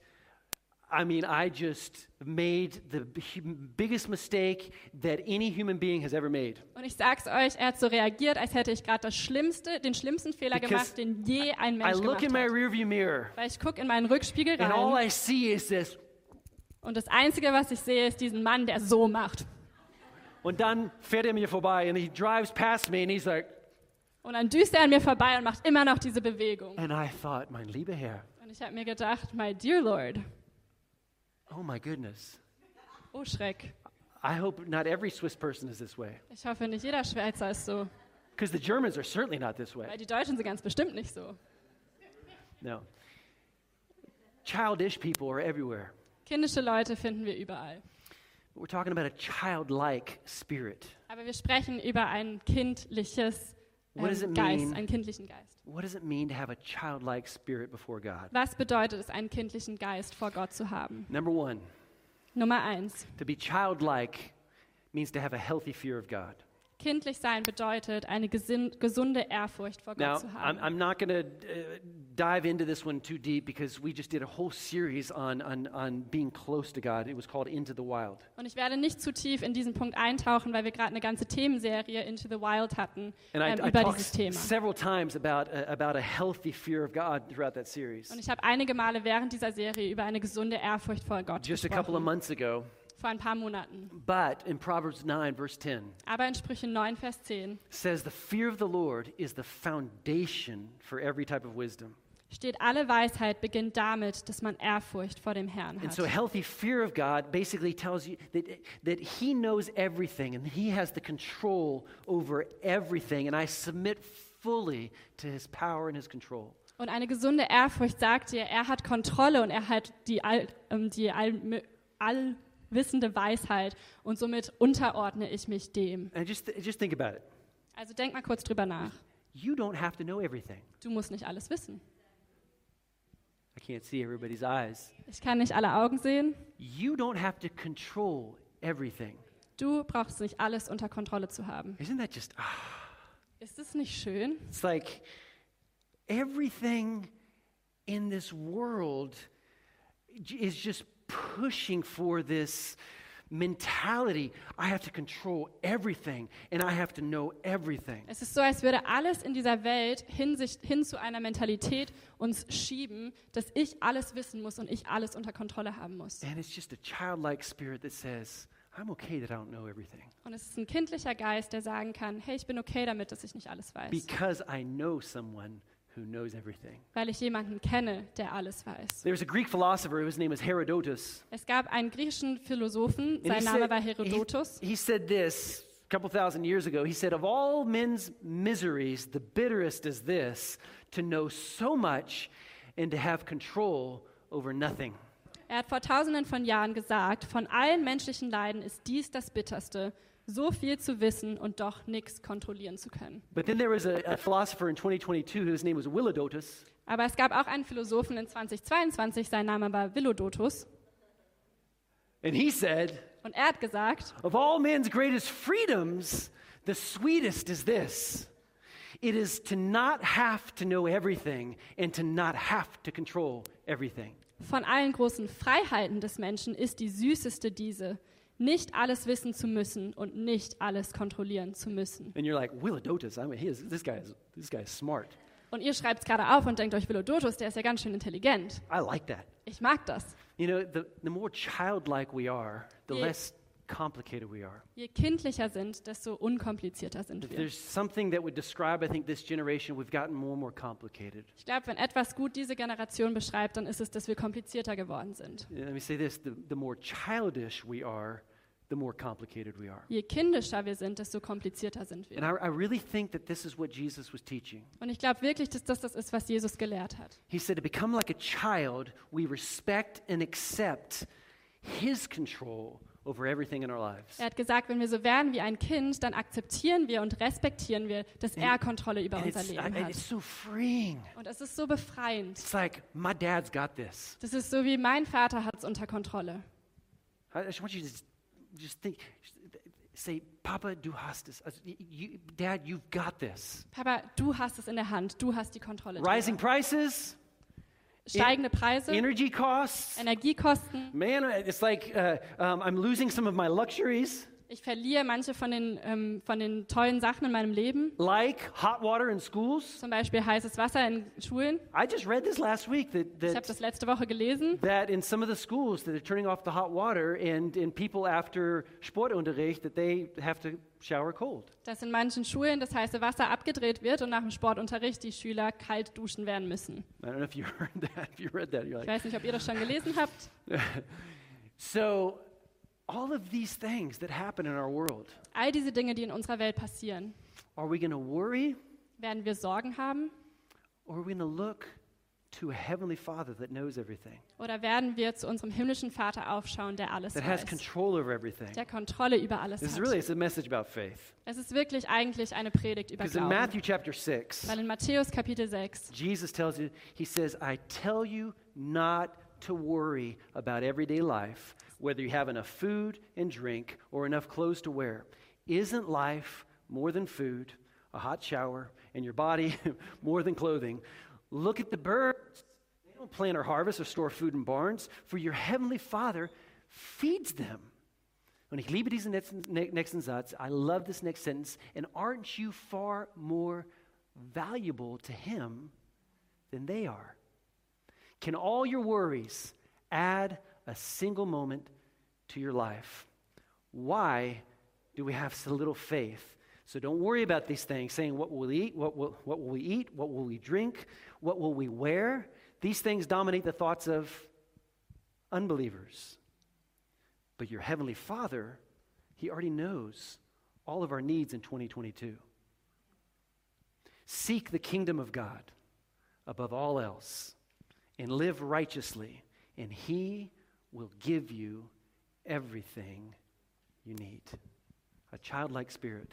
Speaker 1: I mean, I just made the b- biggest mistake that any human being has ever made.
Speaker 2: Und ich sag's euch, er hat so reagiert, als hätte ich gerade das Schlimmste, den schlimmsten Fehler
Speaker 1: Because
Speaker 2: gemacht, den je ein
Speaker 1: I
Speaker 2: Mensch
Speaker 1: look in my
Speaker 2: gemacht hat.
Speaker 1: rearview mirror,
Speaker 2: Weil ich gucke in meinen Rückspiegel
Speaker 1: and all
Speaker 2: rein
Speaker 1: I see is this.
Speaker 2: und das Einzige, was ich sehe, ist diesen Mann, der so macht.
Speaker 1: Und dann fährt er mir vorbei, and he drives past me, and he's like,
Speaker 2: Und dann düst er an mir vorbei und macht immer noch diese Bewegung.
Speaker 1: and I thought, mein lieber Herr,
Speaker 2: Und ich habe mir gedacht, my dear Lord,
Speaker 1: oh my goodness.
Speaker 2: oh Schreck,
Speaker 1: I hope not every Swiss person is this way.
Speaker 2: ich hoffe nicht jeder Schweizer ist so.
Speaker 1: Because the Germans are certainly not this way.
Speaker 2: Weil die Deutschen sind ganz bestimmt nicht so.
Speaker 1: No. Childish people are everywhere.
Speaker 2: Kindische Leute finden wir überall.
Speaker 1: We're talking about a childlike spirit.
Speaker 2: Aber wir sprechen über ein kindliches
Speaker 1: What does
Speaker 2: ähm,
Speaker 1: it
Speaker 2: Geist,
Speaker 1: mean?
Speaker 2: einen kindlichen Geist.
Speaker 1: What does it mean to have a childlike spirit before God?
Speaker 2: Was bedeutet es, einen kindlichen Geist vor Gott zu haben?
Speaker 1: Number one,
Speaker 2: Nummer eins.
Speaker 1: to be childlike means to have a healthy fear of God.
Speaker 2: Kindlich sein bedeutet, eine gesin- gesunde Ehrfurcht vor Gott
Speaker 1: Now,
Speaker 2: zu haben.
Speaker 1: I'm, I'm not going to uh, dive into this one too deep because we just did a whole series on, on, on being close to God. It was called Into the Wild.
Speaker 2: und ich werde nicht zu tief in diesen Punkt eintauchen, weil wir gerade eine ganze Themenserie Into the Wild hatten
Speaker 1: And I,
Speaker 2: ähm,
Speaker 1: I
Speaker 2: über
Speaker 1: talked
Speaker 2: dieses Thema.
Speaker 1: several times about, uh, about a healthy fear of God throughout that series.
Speaker 2: Und ich habe einige Male während dieser Serie über eine gesunde Ehrfurcht vor Gott
Speaker 1: Just a couple of
Speaker 2: gesprochen,
Speaker 1: months ago.
Speaker 2: vor ein paar Monaten.
Speaker 1: But in Proverbs 9, verse 10,
Speaker 2: Aber in Sprüche 9, Vers 10
Speaker 1: says the fear of the Lord is the foundation for every type of wisdom.
Speaker 2: steht, alle Weisheit beginnt damit, dass man Ehrfurcht vor dem Herrn
Speaker 1: And so a
Speaker 2: hat.
Speaker 1: healthy fear of God basically tells you that, that he knows everything and he has the control over everything and I submit fully to his power and his control.
Speaker 2: Und eine gesunde Ehrfurcht sagt dir, er hat Kontrolle und er hat die, all, ähm, die all, allwissende Weisheit und somit unterordne ich mich dem.
Speaker 1: And just just think about it.
Speaker 2: Also denk mal kurz drüber nach.
Speaker 1: You don't have to know everything.
Speaker 2: Du musst nicht alles wissen.
Speaker 1: I can't see everybody's eyes.
Speaker 2: Ich kann nicht alle Augen sehen.
Speaker 1: You don't have to control everything.
Speaker 2: Du brauchst nicht alles unter Kontrolle zu haben.
Speaker 1: Isn't that just ah,
Speaker 2: Ist es nicht schön?
Speaker 1: It's like everything in this world j- is just pushing for this mentality I have to control everything and I have to know everything.
Speaker 2: Es ist so, als würde alles in dieser Welt hinsicht, hin zu einer Mentalität uns schieben, dass ich alles wissen muss und ich alles unter Kontrolle haben muss.
Speaker 1: And it's just a childlike spirit that says, I'm okay that I don't know everything
Speaker 2: Und es ist ein kindlicher Geist, der sagen kann, hey, ich bin okay damit, dass ich nicht alles weiß,
Speaker 1: because I know someone who knows everything.
Speaker 2: weil ich jemanden kenne, der alles weiß.
Speaker 1: There was a Greek philosopher whose name was Herodotus.
Speaker 2: Es gab einen griechischen Philosophen,
Speaker 1: And
Speaker 2: sein
Speaker 1: he
Speaker 2: Name
Speaker 1: said-
Speaker 2: war
Speaker 1: he-
Speaker 2: Herodotus,
Speaker 1: He, said this a couple thousand years ago. He said, Of all men's miseries, the bitterest is this to know so much and to have control over nothing.
Speaker 2: Er hat vor tausenden von Jahren gesagt, von allen menschlichen Leiden ist dies das Bitterste, so viel zu wissen und doch nichts kontrollieren zu können.
Speaker 1: But then there was a, a philosopher in 2022 whose name was Willodotus.
Speaker 2: Aber es gab auch einen Philosophen in 2022, sein Name war Willodotus,
Speaker 1: And he said,
Speaker 2: und er hat gesagt,
Speaker 1: Of all men's greatest freedoms, the sweetest is this it is to not have to know everything and to not have to control everything.
Speaker 2: von allen großen Freiheiten des Menschen ist die süßeste diese, nicht alles wissen zu müssen und nicht alles kontrollieren zu müssen.
Speaker 1: And you're like, Willodotus, I mean, he is, this, guy is, this guy is smart.
Speaker 2: Und ihr schreibt es gerade auf und denkt euch, Willodotus, der ist ja ganz schön intelligent.
Speaker 1: I like that.
Speaker 2: Ich mag das.
Speaker 1: You know, the, the more childlike we are, the
Speaker 2: Yeah.
Speaker 1: less complicated we are.
Speaker 2: Je kindlicher sind, desto unkomplizierter sind
Speaker 1: If
Speaker 2: wir.
Speaker 1: there's something that would describe, I think, this generation, we've gotten more and more complicated.
Speaker 2: Ich glaube, wenn etwas gut diese Generation beschreibt, dann ist es, dass wir komplizierter geworden sind.
Speaker 1: Yeah, Let me say this the, the more childish we are, the more complicated we are.
Speaker 2: Je kindischer wir sind, desto komplizierter sind
Speaker 1: And
Speaker 2: wir.
Speaker 1: I, I really think that this is what Jesus was teaching.
Speaker 2: Und ich glaube wirklich, dass das das ist, was Jesus gelehrt hat.
Speaker 1: He said, To become like a child, we respect and accept his control over everything in our lives.
Speaker 2: Er hat gesagt, wenn wir so werden wie ein Kind, dann akzeptieren wir und respektieren wir, dass er Kontrolle über
Speaker 1: And
Speaker 2: unser
Speaker 1: it's, I-
Speaker 2: Leben
Speaker 1: and
Speaker 2: hat.
Speaker 1: it's so freeing.
Speaker 2: Und es ist so befreiend.
Speaker 1: It's like, my dad's got this.
Speaker 2: Das ist so wie mein Vater hat es unter Kontrolle.
Speaker 1: I I just want you to just, just think, say, Papa, du hast es. Also, y- you, Dad, you've got this.
Speaker 2: Papa, du hast es in der Hand, du hast die Kontrolle. drüber.
Speaker 1: Rising prices,
Speaker 2: Steigende Preise,
Speaker 1: energy costs.
Speaker 2: Energiekosten.
Speaker 1: Man, it's like uh, um, I'm losing some of my luxuries,
Speaker 2: Ich verliere manche von den, ähm, von den tollen Sachen in meinem Leben,
Speaker 1: like hot water in schools.
Speaker 2: zum Beispiel heißes Wasser in Schulen.
Speaker 1: I just read this last week that,
Speaker 2: Ich habe
Speaker 1: that,
Speaker 2: das letzte Woche gelesen.
Speaker 1: that in some of the schools that are turning off the hot water and, and people after Sportunterricht that they have to shower cold.
Speaker 2: dass in manchen Schulen das heiße Wasser abgedreht wird und nach dem Sportunterricht die Schüler kalt duschen werden müssen.
Speaker 1: I don't know if you <laughs> heard that. If you read that, you're
Speaker 2: Ich
Speaker 1: like,
Speaker 2: weiß nicht, ob ihr das schon gelesen habt.
Speaker 1: So, all of these things that happen in our world,
Speaker 2: All diese Dinge, die in unserer Welt passieren,
Speaker 1: are we going to worry
Speaker 2: werden wir Sorgen haben
Speaker 1: or are we going to look to a heavenly Father that knows everything,
Speaker 2: oder werden wir zu unserem himmlischen Vater aufschauen, der alles
Speaker 1: that has
Speaker 2: weiß,
Speaker 1: control over everything?
Speaker 2: der Kontrolle über alles
Speaker 1: This is
Speaker 2: hat.
Speaker 1: really it's a message about faith.
Speaker 2: es ist wirklich eigentlich eine Predigt über
Speaker 1: Because in
Speaker 2: Glauben.
Speaker 1: Matthew chapter 6,
Speaker 2: Weil in Matthäus Kapitel 6
Speaker 1: Jesus tells you, he says, I tell you not to worry about everyday life, whether you have enough food and drink or enough clothes to wear. Isn't life more than food, a hot shower, and your body <laughs> more than clothing? Look at the birds. They don't plant or harvest or store food in barns, for your heavenly Father feeds them. Und ich liebe diesen letzten, ne- nächsten Satz. I love this next sentence. And aren't you far more valuable to him than they are? Can all your worries add a single moment to your life? Why do we have so little faith? So don't worry about these things, saying what will we eat, what will, what will we eat, what will we drink, what will we wear? These things dominate the thoughts of unbelievers. But your Heavenly Father, He already knows all of our needs in 2022. Seek the kingdom of God above all else and live righteously, and He will give you everything you need. A childlike spirit.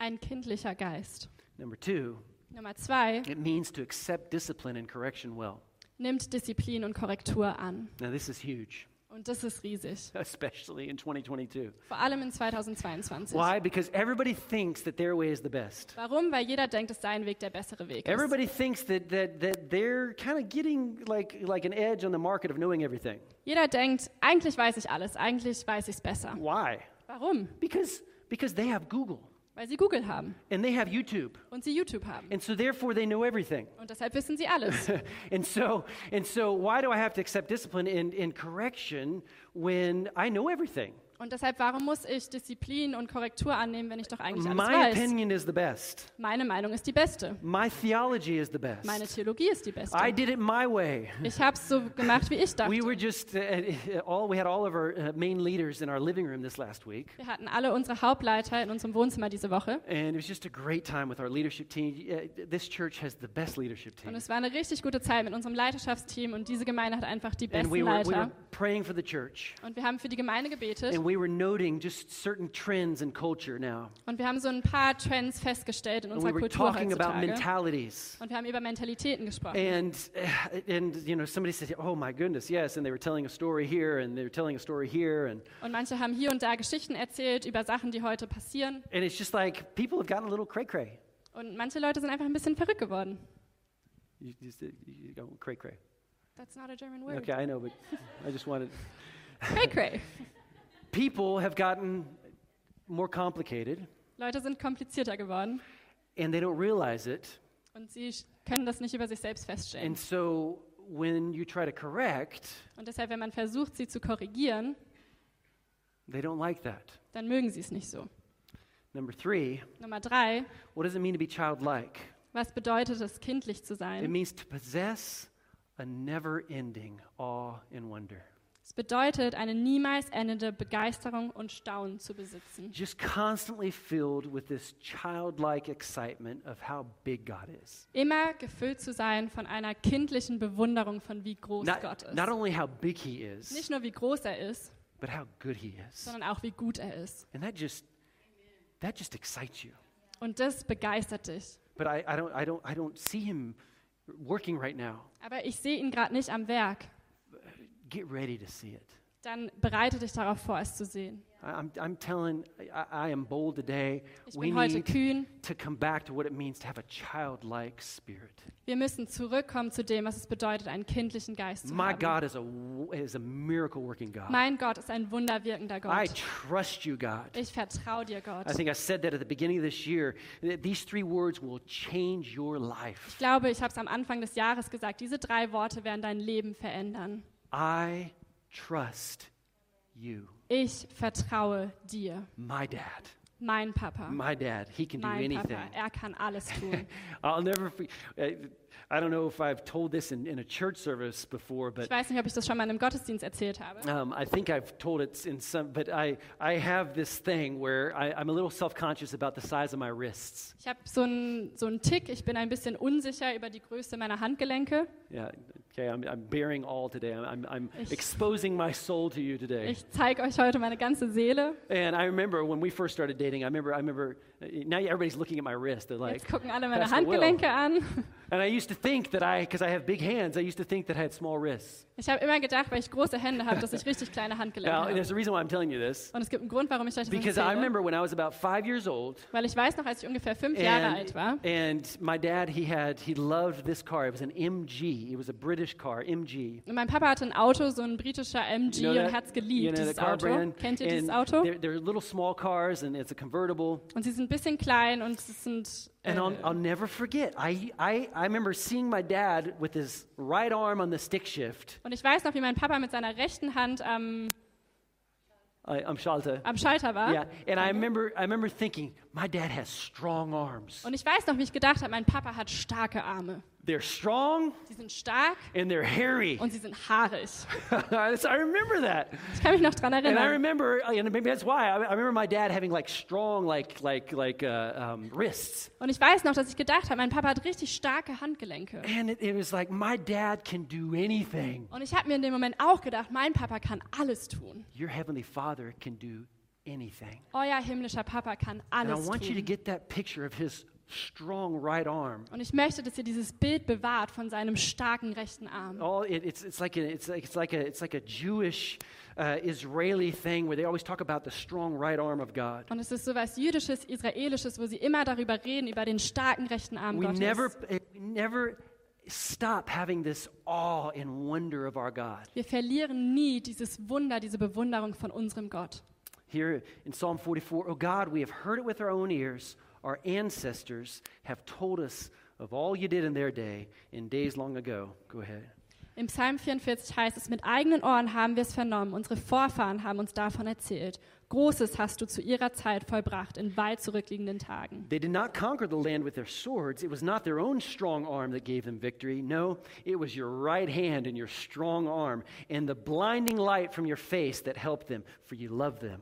Speaker 2: ein kindlicher Geist.
Speaker 1: Number two,
Speaker 2: Nummer zwei
Speaker 1: it means to accept discipline and correction well.
Speaker 2: nimmt Disziplin und Korrektur an.
Speaker 1: Now, this is huge, <laughs>
Speaker 2: Und das ist riesig.
Speaker 1: especially in 2022.
Speaker 2: Vor allem in 2022.
Speaker 1: Why? Because everybody thinks that their way is the best.
Speaker 2: Warum? Weil jeder denkt, dass sein Weg der bessere Weg ist.
Speaker 1: Everybody thinks that, that, that they're kind of getting like, like an edge on the market of knowing everything.
Speaker 2: Jeder denkt, eigentlich weiß ich alles, eigentlich weiß ich es besser.
Speaker 1: Why?
Speaker 2: Warum?
Speaker 1: Because, because they have Google
Speaker 2: Weil sie Google haben
Speaker 1: and they have YouTube.
Speaker 2: und sie YouTube haben.
Speaker 1: And so therefore they know everything. <laughs>
Speaker 2: Und deshalb wissen sie alles.
Speaker 1: and, so, and so why do I have to accept discipline and, and correction when I know everything?
Speaker 2: Und deshalb, warum muss ich Disziplin und Korrektur annehmen, wenn ich doch eigentlich alles
Speaker 1: My
Speaker 2: weiß?
Speaker 1: opinion is the best.
Speaker 2: Meine Meinung ist die beste.
Speaker 1: My theology is the best.
Speaker 2: Meine Theologie ist die beste.
Speaker 1: I did it my way.
Speaker 2: Ich habe es so gemacht, wie ich
Speaker 1: We
Speaker 2: dachte.
Speaker 1: were just uh, <laughs> all we had all of our uh, main leaders in our living room this last week.
Speaker 2: Wir hatten alle unsere Hauptleiter in unserem Wohnzimmer diese Woche.
Speaker 1: And it was just a great time with our leadership team. Yeah, This church has the best leadership
Speaker 2: Und
Speaker 1: team.
Speaker 2: es war eine richtig gute Zeit mit unserem Leiterschaftsteam. Und diese Gemeinde hat einfach die
Speaker 1: And
Speaker 2: besten
Speaker 1: we were, we were
Speaker 2: Leiter.
Speaker 1: praying for the church.
Speaker 2: Und wir haben für die Gemeinde gebetet.
Speaker 1: And we were noting just certain trends in culture now.
Speaker 2: Und wir haben so ein paar Trends festgestellt in
Speaker 1: And we
Speaker 2: unserer
Speaker 1: were
Speaker 2: Kultur
Speaker 1: talking about
Speaker 2: heutzutage.
Speaker 1: mentalities.
Speaker 2: Und wir haben über Mentalitäten gesprochen.
Speaker 1: And, eh, and, you know, somebody said, oh my goodness, yes. And they were telling a story here and they were telling a story here. And,
Speaker 2: Und manche haben hier und da Geschichten erzählt über Sachen, die heute passieren.
Speaker 1: and it's just like people have gotten a little cray cray.
Speaker 2: Und manche Leute sind einfach ein bisschen verrückt geworden.
Speaker 1: You, you, said- you go cray cray.
Speaker 2: That's not a German word.
Speaker 1: Okay, I know, but <laughs> I just wanted.
Speaker 2: Cray cray.
Speaker 1: People have gotten more complicated
Speaker 2: Leute sind komplizierter geworden
Speaker 1: and they don't realize it.
Speaker 2: und sie sch- können das nicht über sich selbst feststellen.
Speaker 1: And so when you try to correct,
Speaker 2: Und deshalb, wenn man versucht, sie zu korrigieren,
Speaker 1: They don't like that.
Speaker 2: dann mögen sie es nicht so.
Speaker 1: Number three,
Speaker 2: Nummer drei,
Speaker 1: what does it mean to be childlike?
Speaker 2: was bedeutet es, kindlich zu
Speaker 1: It
Speaker 2: sein?
Speaker 1: means to possess a never ending awe and wonder.
Speaker 2: Es bedeutet, eine niemals endende Begeisterung und Staunen zu besitzen.
Speaker 1: Just constantly filled with this childlike excitement of how big God is.
Speaker 2: Immer gefüllt zu sein von einer kindlichen Bewunderung von wie groß Gott
Speaker 1: Not,
Speaker 2: ist.
Speaker 1: not only how big He
Speaker 2: Nicht
Speaker 1: is,
Speaker 2: nur wie groß er ist,
Speaker 1: but how good He is.
Speaker 2: sondern auch wie gut er ist.
Speaker 1: And that just, that just excites you.
Speaker 2: Und das begeistert dich.
Speaker 1: But I, I, don't, I, don't, I don't see Him working right now.
Speaker 2: Aber ich sehe ihn gerade nicht am Werk.
Speaker 1: Get ready to see it.
Speaker 2: Dann bereite dich darauf vor, es zu sehen.
Speaker 1: I- I'm, I'm telling, I, I am bold today.
Speaker 2: Ich
Speaker 1: We
Speaker 2: bin heute
Speaker 1: need
Speaker 2: kühn.
Speaker 1: to come back to what it means to have a childlike spirit.
Speaker 2: Wir müssen zurückkommen zu dem, was es bedeutet, einen kindlichen Geist zu
Speaker 1: My
Speaker 2: haben.
Speaker 1: God is a, w- is a miracle working God.
Speaker 2: Mein Gott ist ein wunderwirkender
Speaker 1: I
Speaker 2: Gott.
Speaker 1: trust you, God.
Speaker 2: Ich vertraue dir, Gott.
Speaker 1: I think I said that at the beginning of this year. that These three words will change your
Speaker 2: Ich
Speaker 1: life.
Speaker 2: glaube, ich habe es am Anfang des Jahres gesagt, diese drei Worte werden dein Leben verändern.
Speaker 1: I trust you.
Speaker 2: Ich vertraue dir,
Speaker 1: My dad.
Speaker 2: mein Papa.
Speaker 1: My dad. He can do
Speaker 2: Mein
Speaker 1: anything.
Speaker 2: Papa, er kann alles tun.
Speaker 1: I'll never. Fe- uh, I don't know if I've told this in, in a church service before, <laughs> but
Speaker 2: Ich weiß nicht, ob ich das schon mal in einem Gottesdienst erzählt habe.
Speaker 1: Um, I think I've told it in some, but I, I have this thing where I, I'm a little self conscious about the size of my wrists.
Speaker 2: Ich habe so einen so einen Tick, ich bin ein bisschen unsicher über die Größe meiner Handgelenke.
Speaker 1: Yeah, okay, I'm, I'm bearing all today. I'm, I'm, I'm
Speaker 2: Ich-
Speaker 1: exposing my soul to you today.
Speaker 2: Ich zeige euch heute meine ganze Seele.
Speaker 1: And I remember when we first started dating, I remember, I remember, uh, now everybody's looking at my wrist. They're like,
Speaker 2: Jetzt gucken alle meine
Speaker 1: Pastor Will.
Speaker 2: Handgelenke an.
Speaker 1: and I used to think that I, because I have big hands, I used to think that I had small wrists.
Speaker 2: Ich habe immer gedacht, weil ich große Hände habe, dass ich richtig kleine Handgelenke
Speaker 1: Now,
Speaker 2: habe.
Speaker 1: there's a reason why I'm telling you this.
Speaker 2: Und es gibt einen Grund, warum ich euch das
Speaker 1: Because I
Speaker 2: erzähle.
Speaker 1: remember when I was about five years old,
Speaker 2: Weil ich weiß noch, als ich ungefähr fünf Jahre
Speaker 1: And,
Speaker 2: alt war,
Speaker 1: and my dad, he had, he loved this car. It was an MG. It was a British car, MG.
Speaker 2: Und mein Papa hatte ein Auto, so ein britischer MG, und hat es geliebt,
Speaker 1: you know
Speaker 2: dieses
Speaker 1: that car
Speaker 2: Auto.
Speaker 1: brand?
Speaker 2: Kennt ihr
Speaker 1: And
Speaker 2: dieses Auto?
Speaker 1: They're, they're little small cars, and it's a convertible.
Speaker 2: Und sie sind ein bisschen klein und sie sind. Äh,
Speaker 1: And I'll, I'll never forget. I, I, I remember seeing my dad with his right arm on the stick shift.
Speaker 2: und ich weiß noch, wie mein Papa mit seiner rechten Hand am,
Speaker 1: I, am Schalter.
Speaker 2: am Schalter war.
Speaker 1: Yeah. And I remember, I remember thinking, my dad has strong arms.
Speaker 2: Und ich weiß noch, wie ich gedacht habe, mein Papa hat starke Arme.
Speaker 1: They're strong
Speaker 2: Die sind stark
Speaker 1: and they're hairy.
Speaker 2: und sie sind haarig.
Speaker 1: <laughs> So I remember that.
Speaker 2: Ich kann mich noch dran
Speaker 1: And I
Speaker 2: erinnern.
Speaker 1: remember, uh, and maybe that's why I, I remember my dad having like strong, like like like uh, um, wrists,
Speaker 2: Und ich weiß noch, dass ich gedacht habe, mein Papa hat richtig starke Handgelenke.
Speaker 1: and it, it was like my dad can do anything.
Speaker 2: Und ich habe mir in dem Moment auch gedacht, mein Papa kann alles tun.
Speaker 1: Your heavenly Father can do anything,
Speaker 2: Euer himmlischer Papa kann
Speaker 1: and I
Speaker 2: alles
Speaker 1: want you to
Speaker 2: tun.
Speaker 1: get that picture of his strong right arm.
Speaker 2: Und ich möchte, dass ihr dieses Bild bewahrt von seinem starken rechten Arm.
Speaker 1: All it, it's it's like a, it's like it's like a it's like a Jewish uh, Israeli thing where they always talk about the strong right arm of God.
Speaker 2: Und es ist sowas jüdisches, israelisches, wo sie immer darüber reden, über den starken rechten Arm
Speaker 1: We
Speaker 2: Gottes.
Speaker 1: never eh, we never stop having this awe and wonder of our God.
Speaker 2: Wir verlieren nie dieses Wunder, diese Bewunderung von unserem Gott.
Speaker 1: Here in Psalm 44, O God, we have heard it with our own ears. Our ancestors have told us of all you did in their day, in days long ago. Go ahead.
Speaker 2: Im Psalm 44 heißt es, mit eigenen Ohren haben wir es vernommen, unsere Vorfahren haben uns davon erzählt. Großes hast du zu ihrer Zeit vollbracht, in weit zurückliegenden Tagen.
Speaker 1: They did not conquer the land with their swords. It was not their own strong arm that gave them victory. No, it was your right hand and your strong arm and the blinding light from your face that helped them, for you love them.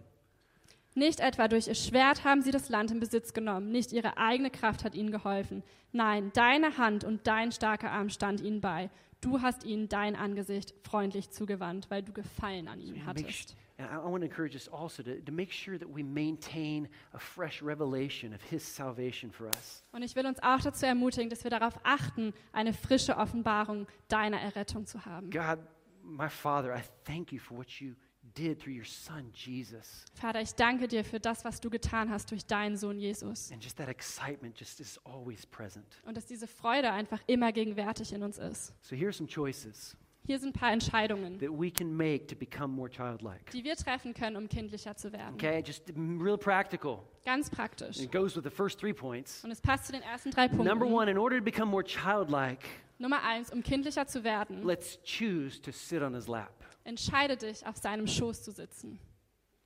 Speaker 2: Nicht etwa durch ihr Schwert haben sie das Land in Besitz genommen, nicht ihre eigene Kraft hat ihnen geholfen. Nein, deine Hand und dein starker Arm stand ihnen bei. Du hast ihnen dein Angesicht freundlich zugewandt, weil du Gefallen an ihnen
Speaker 1: Mm-hmm. Make sh-
Speaker 2: hattest.
Speaker 1: and I, I want to encourage us also to, to make sure that we maintain a fresh revelation of His salvation for us.
Speaker 2: Und ich will uns auch dazu ermutigen, dass wir darauf achten, eine frische Offenbarung deiner Errettung zu haben.
Speaker 1: God, my Father, I thank you for what you did through your Son, Jesus.
Speaker 2: Vater, ich danke dir für das, was du getan hast durch deinen Sohn Jesus.
Speaker 1: And just that excitement just is always present.
Speaker 2: Und dass diese Freude einfach immer gegenwärtig in uns ist.
Speaker 1: So here are some choices
Speaker 2: Hier sind ein paar Entscheidungen,
Speaker 1: that we can make to become more childlike.
Speaker 2: die wir treffen können, um kindlicher zu werden.
Speaker 1: Okay, just mm, real practical.
Speaker 2: Ganz praktisch.
Speaker 1: It goes with the first three points.
Speaker 2: Und es passt zu den ersten drei Punkten.
Speaker 1: Number one, in order to become more childlike,
Speaker 2: Nummer eins, um kindlicher zu werden,
Speaker 1: let's choose to sit on his lap.
Speaker 2: entscheide dich, auf seinem Schoß zu sitzen.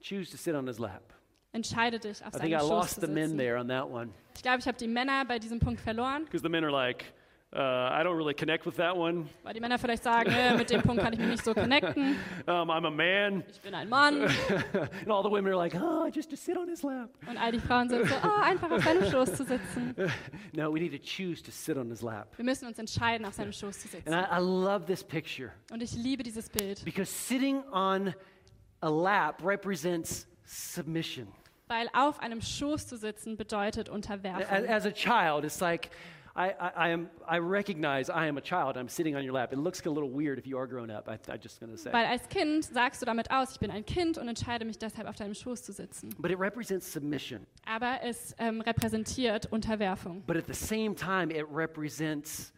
Speaker 1: choose to sit on his lap.
Speaker 2: Entscheide dich, auf
Speaker 1: I think I
Speaker 2: seinen Schoß
Speaker 1: lost
Speaker 2: zu
Speaker 1: the men
Speaker 2: sitzen.
Speaker 1: there on that one
Speaker 2: Ich glaube, ich habe die Männer bei diesem Punkt verloren,
Speaker 1: because the men are like, uh, I don't really connect with that one.
Speaker 2: weil die Männer vielleicht sagen, äh, mit dem Punkt kann ich mich nicht so connecten.
Speaker 1: Um, I'm a man.
Speaker 2: Ich bin ein Mann.
Speaker 1: And all the women are like, oh, just to sit on his lap. <laughs>
Speaker 2: Und all die Frauen sind so, oh, einfach auf seinem Schoß zu sitzen.
Speaker 1: No, we need to choose to sit on his lap.
Speaker 2: Wir müssen uns entscheiden, auf seinem Schoß zu
Speaker 1: And
Speaker 2: sitzen.
Speaker 1: I, I love this picture
Speaker 2: Und ich liebe dieses Bild,
Speaker 1: because sitting on a lap represents submission.
Speaker 2: weil auf einem Schoß zu sitzen bedeutet
Speaker 1: As,
Speaker 2: Unterwerfung.
Speaker 1: as a child, it's like, I, I, I, am, I recognize I am a child. I'm sitting on your lap. It looks a little weird if you are grown up. I, I'm just going to say.
Speaker 2: Weil als Kind sagst du damit aus, ich bin ein Kind und entscheide mich deshalb, auf deinem Schoß zu sitzen.
Speaker 1: But it represents submission.
Speaker 2: Aber es ähm, repräsentiert Unterwerfung.
Speaker 1: But at the same time, it represents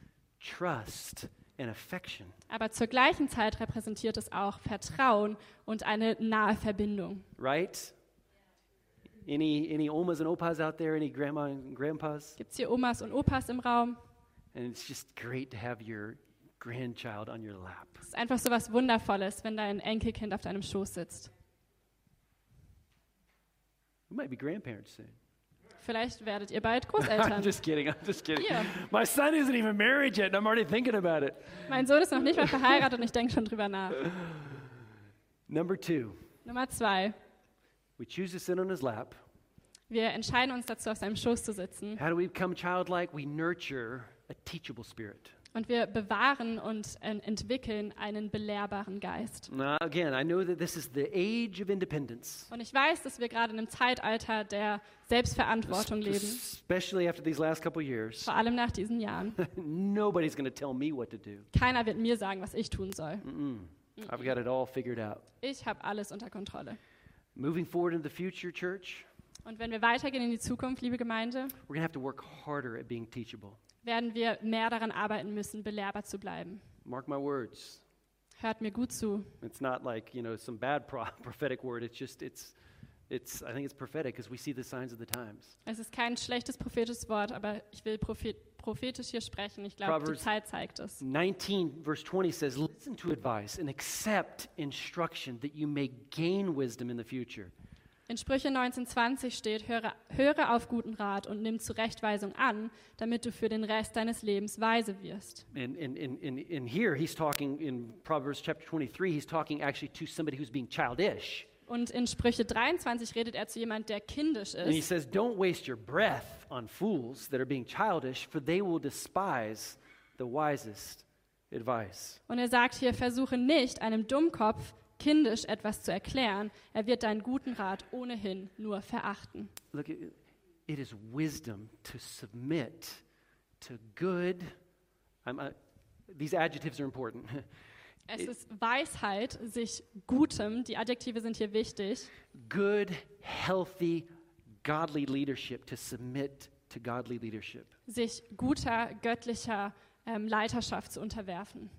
Speaker 1: trust and affection.
Speaker 2: Aber zur gleichen Zeit repräsentiert es auch Vertrauen und eine nahe Verbindung.
Speaker 1: right? Any any omas and opas out there? Any grandma and grandpas?
Speaker 2: Gibt es hier Omas und Opas im Raum?
Speaker 1: And it's just great to have your grandchild on your lap.
Speaker 2: Es ist einfach so was Wundervolles, wenn dein Enkelkind auf deinem Schoß sitzt.
Speaker 1: We might be grandparents soon. <laughs>
Speaker 2: Vielleicht werdet ihr bald
Speaker 1: I'm
Speaker 2: Großeltern.
Speaker 1: just kidding. I'm just kidding.
Speaker 2: Yeah.
Speaker 1: My son isn't even married yet, and I'm already thinking about it.
Speaker 2: Mein Sohn ist noch nicht mal verheiratet und ich denke schon drüber nach.
Speaker 1: Number two,
Speaker 2: Nummer zwei.
Speaker 1: we choose to sit on his lap.
Speaker 2: Wir entscheiden uns dazu, auf seinem Schoß zu sitzen.
Speaker 1: How do we become childlike? We nurture a teachable spirit.
Speaker 2: Und wir bewahren und äh, entwickeln einen belehrbaren Geist.
Speaker 1: Now, again, I know that this is the age of independence,
Speaker 2: Und ich weiß, dass wir gerade in einem Zeitalter der Selbstverantwortung leben,
Speaker 1: especially after these last couple years.
Speaker 2: vor allem nach diesen Jahren.
Speaker 1: <laughs> Nobody's going to tell me what to do.
Speaker 2: Keiner wird mir sagen, was ich tun soll.
Speaker 1: I've got it all figured out.
Speaker 2: Ich habe alles unter Kontrolle.
Speaker 1: Moving forward into the future, church,
Speaker 2: Und wenn wir weitergehen in die Zukunft, liebe Gemeinde,
Speaker 1: we're going to have to work harder at being teachable.
Speaker 2: werden wir mehr daran arbeiten müssen, belehrbar zu bleiben.
Speaker 1: Mark my words.
Speaker 2: Hört mir gut zu.
Speaker 1: It's not like, you know, some bad pro- <laughs> prophetic word. It's just, it's, it's, I think it's prophetic because we see the signs of the times.
Speaker 2: Es ist kein schlechtes prophetisches Wort, aber ich will prophet prophetisch hier sprechen. Ich glaube, die
Speaker 1: Proverbs-
Speaker 2: Zeit zeigt es.
Speaker 1: 19, verse 20 says, Listen to advice and accept instruction that you may gain wisdom in the future.
Speaker 2: In Sprüche 19,20 steht: höre, höre auf guten Rat und nimm Zurechtweisung an, damit du für den Rest deines Lebens weise wirst.
Speaker 1: And, and, and, and, and here he's talking in Proverbs chapter 23, he's talking actually to somebody who's being childish.
Speaker 2: Und in Sprüche 23 redet er zu jemand, der kindisch
Speaker 1: And he
Speaker 2: ist.
Speaker 1: says, Don't waste your breath on fools that are being childish, for they will despise the wisest advice.
Speaker 2: Und er sagt hier: Versuche nicht, einem Dummkopf kindisch etwas zu erklären. Er wird deinen guten Rat ohnehin nur verachten.
Speaker 1: Look, it, it is wisdom to submit to good. I'm, uh, these adjectives are important. <laughs>
Speaker 2: Es ist Weisheit, sich Gutem, die Adjektive sind hier wichtig,
Speaker 1: good, healthy, godly leadership to submit to godly leadership.
Speaker 2: sich guter, göttlicher ähm, Leiterschaft zu unterwerfen.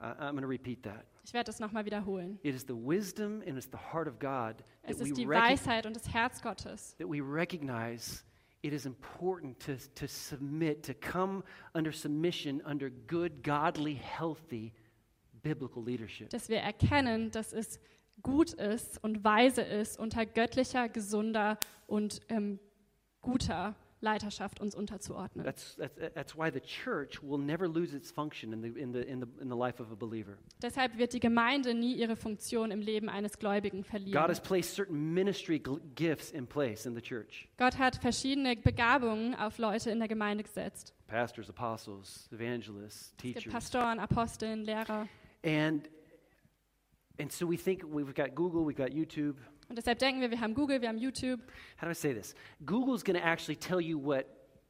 Speaker 1: I, I'm going to repeat that.
Speaker 2: Ich werde das nochmal wiederholen.
Speaker 1: It is the wisdom and it's the heart of God that
Speaker 2: Es
Speaker 1: we
Speaker 2: ist die
Speaker 1: recognize.
Speaker 2: Weisheit und das Herz Gottes,
Speaker 1: that we recognize it is important to, to submit, to come under submission under good, godly, healthy biblical leadership.
Speaker 2: dass wir erkennen, dass es gut ist und weise ist, unter göttlicher, gesunder und ähm, guter Leiterschaft uns unterzuordnen.
Speaker 1: That's, that's, that's why the church will never lose its function in the, in, the, in, the, in the life of a believer.
Speaker 2: Deshalb wird die Gemeinde nie ihre Funktion im Leben eines Gläubigen
Speaker 1: God
Speaker 2: verlieren.
Speaker 1: has placed certain ministry gl- gifts in place in the church
Speaker 2: Gott hat verschiedene Begabungen auf Leute in der Gemeinde gesetzt.
Speaker 1: pastors, apostles, evangelists,
Speaker 2: Es gibt
Speaker 1: teachers.
Speaker 2: Pastoren, Aposteln, Lehrer.
Speaker 1: And, and so we think we've got Google, we've got YouTube.
Speaker 2: Und deshalb denken wir, wir haben Google, wir haben YouTube.
Speaker 1: How do I say this? Google's going to actually tell you what,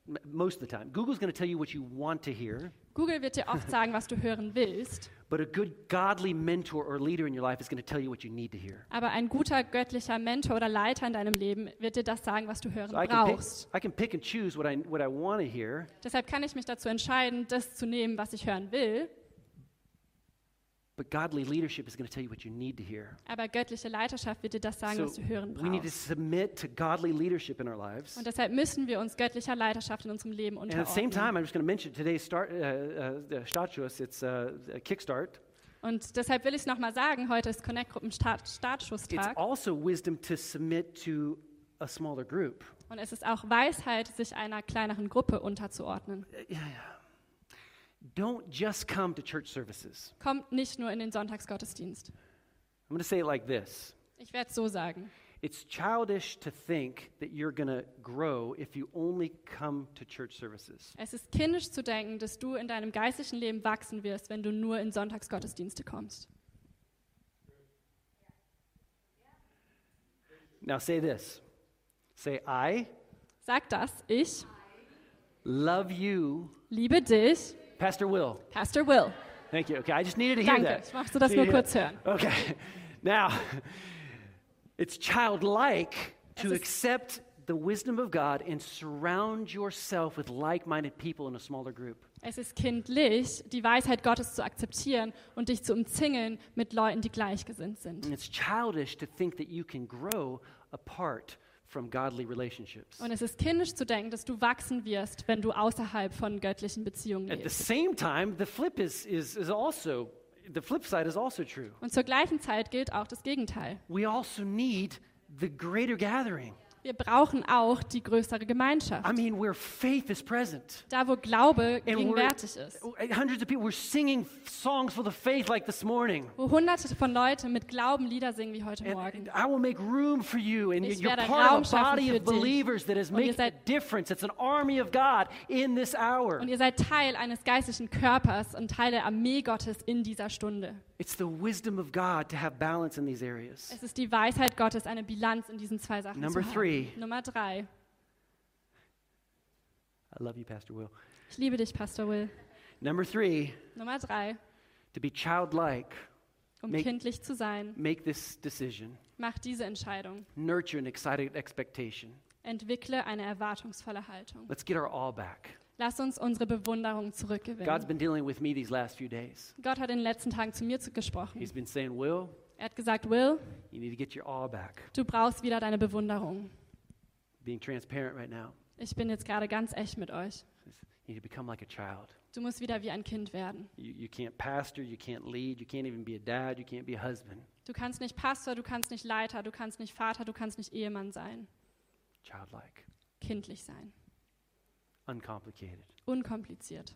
Speaker 1: m- most of the time, Google's going to tell you what you want to hear,
Speaker 2: Google wird dir
Speaker 1: <laughs>
Speaker 2: oft sagen, was du hören willst,
Speaker 1: but a good godly mentor or leader in your life is going to tell you what you need to hear.
Speaker 2: aber ein guter göttlicher Mentor oder Leiter in deinem Leben wird dir das sagen, was du hören
Speaker 1: So I can, pick,
Speaker 2: brauchst.
Speaker 1: I can pick and choose what I, what I want to hear,
Speaker 2: Deshalb kann ich mich dazu entscheiden, das zu nehmen, was ich hören will,
Speaker 1: but godly leadership is going to tell you what you need to hear.
Speaker 2: aber göttliche Leiterschaft wird dir das sagen,
Speaker 1: So
Speaker 2: was du hören
Speaker 1: we need to
Speaker 2: brauchst.
Speaker 1: submit to godly leadership in our lives.
Speaker 2: Und deshalb müssen wir uns göttlicher Leiterschaft in unserem Leben
Speaker 1: And at the same
Speaker 2: unterordnen.
Speaker 1: time, I'm just going to mention today's start, uh, uh, uh, Stachus, it's uh, a kickstart.
Speaker 2: Und deshalb will ich es nochmal sagen, heute ist
Speaker 1: It's
Speaker 2: Connect-Gruppen-Startschusstag.
Speaker 1: also wisdom to submit to a smaller group.
Speaker 2: Und es ist auch Weisheit, sich einer kleineren Gruppe unterzuordnen.
Speaker 1: Don't just come to church services.
Speaker 2: Kommt nicht nur in den Sonntagsgottesdienst.
Speaker 1: I'm going to say it like this
Speaker 2: Ich werde es so sagen.
Speaker 1: It's childish to think that you're going to grow if you only come to church services.
Speaker 2: Es ist kindisch zu denken, dass du in deinem geistlichen Leben wachsen wirst, wenn du nur in Sonntagsgottesdienste kommst.
Speaker 1: Now say this say, I
Speaker 2: Sag das, ich
Speaker 1: love you,
Speaker 2: liebe dich,
Speaker 1: Pastor Will.
Speaker 2: Pastor Will.
Speaker 1: Thank you. Okay, I just needed to hear
Speaker 2: Danke,
Speaker 1: that.
Speaker 2: ich mochte das
Speaker 1: So you
Speaker 2: nur
Speaker 1: hear-
Speaker 2: kurz hören.
Speaker 1: Okay. Now, it's childlike to
Speaker 2: Es ist-
Speaker 1: accept the wisdom of God and surround yourself with like minded people in a smaller group.
Speaker 2: Es ist kindlich, die Weisheit Gottes zu akzeptieren und dich zu umzingeln mit Leuten, die gleichgesinnt sind.
Speaker 1: And it's childish to think that you can grow apart from godly relationships.
Speaker 2: Und es ist kindisch zu denken, dass du wachsen wirst, wenn du außerhalb von göttlichen Beziehungen
Speaker 1: At the
Speaker 2: lebst.
Speaker 1: same time, the flip is, is, is also, the flip side is also true.
Speaker 2: Und zur gleichen Zeit gilt auch das Gegenteil.
Speaker 1: We also need the greater gathering.
Speaker 2: Wir brauchen auch die größere Gemeinschaft.
Speaker 1: I mean, where faith is present.
Speaker 2: Da, wo Glaube
Speaker 1: And we're-
Speaker 2: gegenwärtig ist.
Speaker 1: hundreds of people, we're singing songs for the faith like this morning.
Speaker 2: Wo hunderte von Leuten mit Glauben Lieder singen wie heute
Speaker 1: And- and
Speaker 2: Morgen.
Speaker 1: I will make room for you, and
Speaker 2: Ich
Speaker 1: you're
Speaker 2: werde
Speaker 1: part
Speaker 2: Raum
Speaker 1: of a
Speaker 2: schaffen
Speaker 1: body
Speaker 2: für
Speaker 1: of
Speaker 2: dich.
Speaker 1: believers that is
Speaker 2: Und ihr
Speaker 1: making a
Speaker 2: seid-
Speaker 1: difference. It's an army of God in this hour.
Speaker 2: Und ihr seid Teil eines geistlichen Körpers und Teil der Armee Gottes in dieser Stunde.
Speaker 1: It's the wisdom of God to have balance in these areas.
Speaker 2: Es ist die Weisheit Gottes, eine Bilanz in diesen zwei Sachen
Speaker 1: Number
Speaker 2: zu haben.
Speaker 1: three.
Speaker 2: Nummer drei.
Speaker 1: I love you, Pastor Will.
Speaker 2: Ich liebe dich, Pastor Will.
Speaker 1: Number three,
Speaker 2: Nummer drei.
Speaker 1: to be childlike,
Speaker 2: Um
Speaker 1: Make-
Speaker 2: kindlich zu sein,
Speaker 1: make this decision.
Speaker 2: mach diese Entscheidung.
Speaker 1: Nurture an excited expectation.
Speaker 2: Entwickle eine erwartungsvolle Haltung.
Speaker 1: Let's get our all back.
Speaker 2: Lass uns unsere Bewunderung
Speaker 1: God's
Speaker 2: zurückgewinnen.
Speaker 1: been dealing with me these last few days.
Speaker 2: Gott hat in den letzten Tagen zu mir zu gesprochen.
Speaker 1: He's been saying, Will,
Speaker 2: Er hat gesagt, Will,
Speaker 1: you need to get your all back.
Speaker 2: du brauchst wieder deine Bewunderung.
Speaker 1: Being transparent right now.
Speaker 2: Ich bin jetzt gerade ganz echt mit euch.
Speaker 1: You need to become like a child.
Speaker 2: Du musst wieder wie ein Kind werden.
Speaker 1: You, you can't pastor, you can't lead, you can't even be a dad, you can't be a husband.
Speaker 2: Du kannst nicht Pastor, du kannst nicht Leiter, du kannst nicht Vater, du kannst nicht Ehemann sein.
Speaker 1: Childlike,
Speaker 2: Kindlich sein.
Speaker 1: uncomplicated.
Speaker 2: Unkompliziert.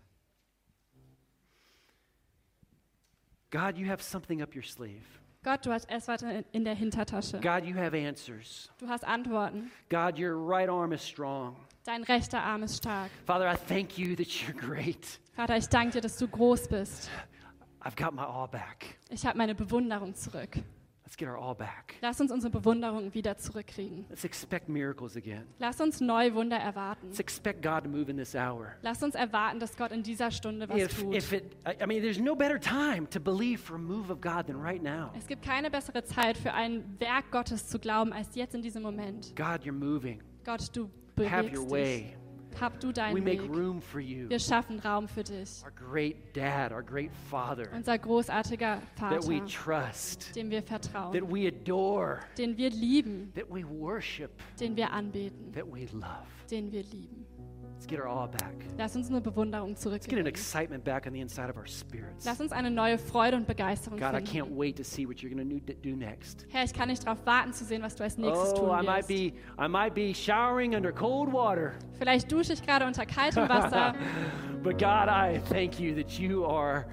Speaker 1: God, you have something up your sleeve.
Speaker 2: Gott, du hast es weiter in der Hintertasche.
Speaker 1: God, you have answers.
Speaker 2: Du hast Antworten.
Speaker 1: God, your right arm is strong.
Speaker 2: Dein rechter Arm ist stark.
Speaker 1: Father, I thank you that you're great.
Speaker 2: Vater, ich danke dir, dass du groß bist.
Speaker 1: I've got my all back.
Speaker 2: Ich habe meine Bewunderung zurück.
Speaker 1: Let's get our all back.
Speaker 2: Lass uns unsere Bewunderung wieder zurückkriegen.
Speaker 1: Let's expect miracles again.
Speaker 2: Lass uns neue Wunder erwarten.
Speaker 1: Let's expect God to move in this hour.
Speaker 2: Lass uns erwarten, dass Gott in dieser Stunde was
Speaker 1: If,
Speaker 2: tut.
Speaker 1: if it, I, I mean, there's no better time to believe for a move of God than right now.
Speaker 2: Es gibt keine bessere Zeit für ein Werk Gottes zu glauben als jetzt in diesem Moment.
Speaker 1: God, you're moving.
Speaker 2: Gott, du
Speaker 1: Have your
Speaker 2: bewegst dich.
Speaker 1: way.
Speaker 2: Hab du
Speaker 1: We
Speaker 2: deinen
Speaker 1: make
Speaker 2: Weg.
Speaker 1: room for you.
Speaker 2: Wir schaffen Raum für dich.
Speaker 1: our great dad, our great father,
Speaker 2: Unser großartiger
Speaker 1: that we
Speaker 2: Vater,
Speaker 1: trust,
Speaker 2: dem wir vertrauen,
Speaker 1: that we adore,
Speaker 2: den wir lieben,
Speaker 1: that we worship,
Speaker 2: den wir anbeten,
Speaker 1: that we love.
Speaker 2: den wir lieben.
Speaker 1: Let's get our awe back.
Speaker 2: Lass uns eine Bewunderung
Speaker 1: Let's get an
Speaker 2: zurückgeben.
Speaker 1: excitement back on the inside of our spirits.
Speaker 2: Lass uns eine neue Freude und Begeisterung
Speaker 1: God, I
Speaker 2: finden.
Speaker 1: can't wait to see what you're going to do next.
Speaker 2: Herr, ich kann nicht darauf warten zu sehen, was du als nächstes
Speaker 1: oh,
Speaker 2: tun
Speaker 1: I might
Speaker 2: wirst.
Speaker 1: be, I might be showering under cold water,
Speaker 2: Vielleicht dusche ich gerade unter kaltem
Speaker 1: <laughs>
Speaker 2: Wasser,
Speaker 1: but God, I thank you that you are,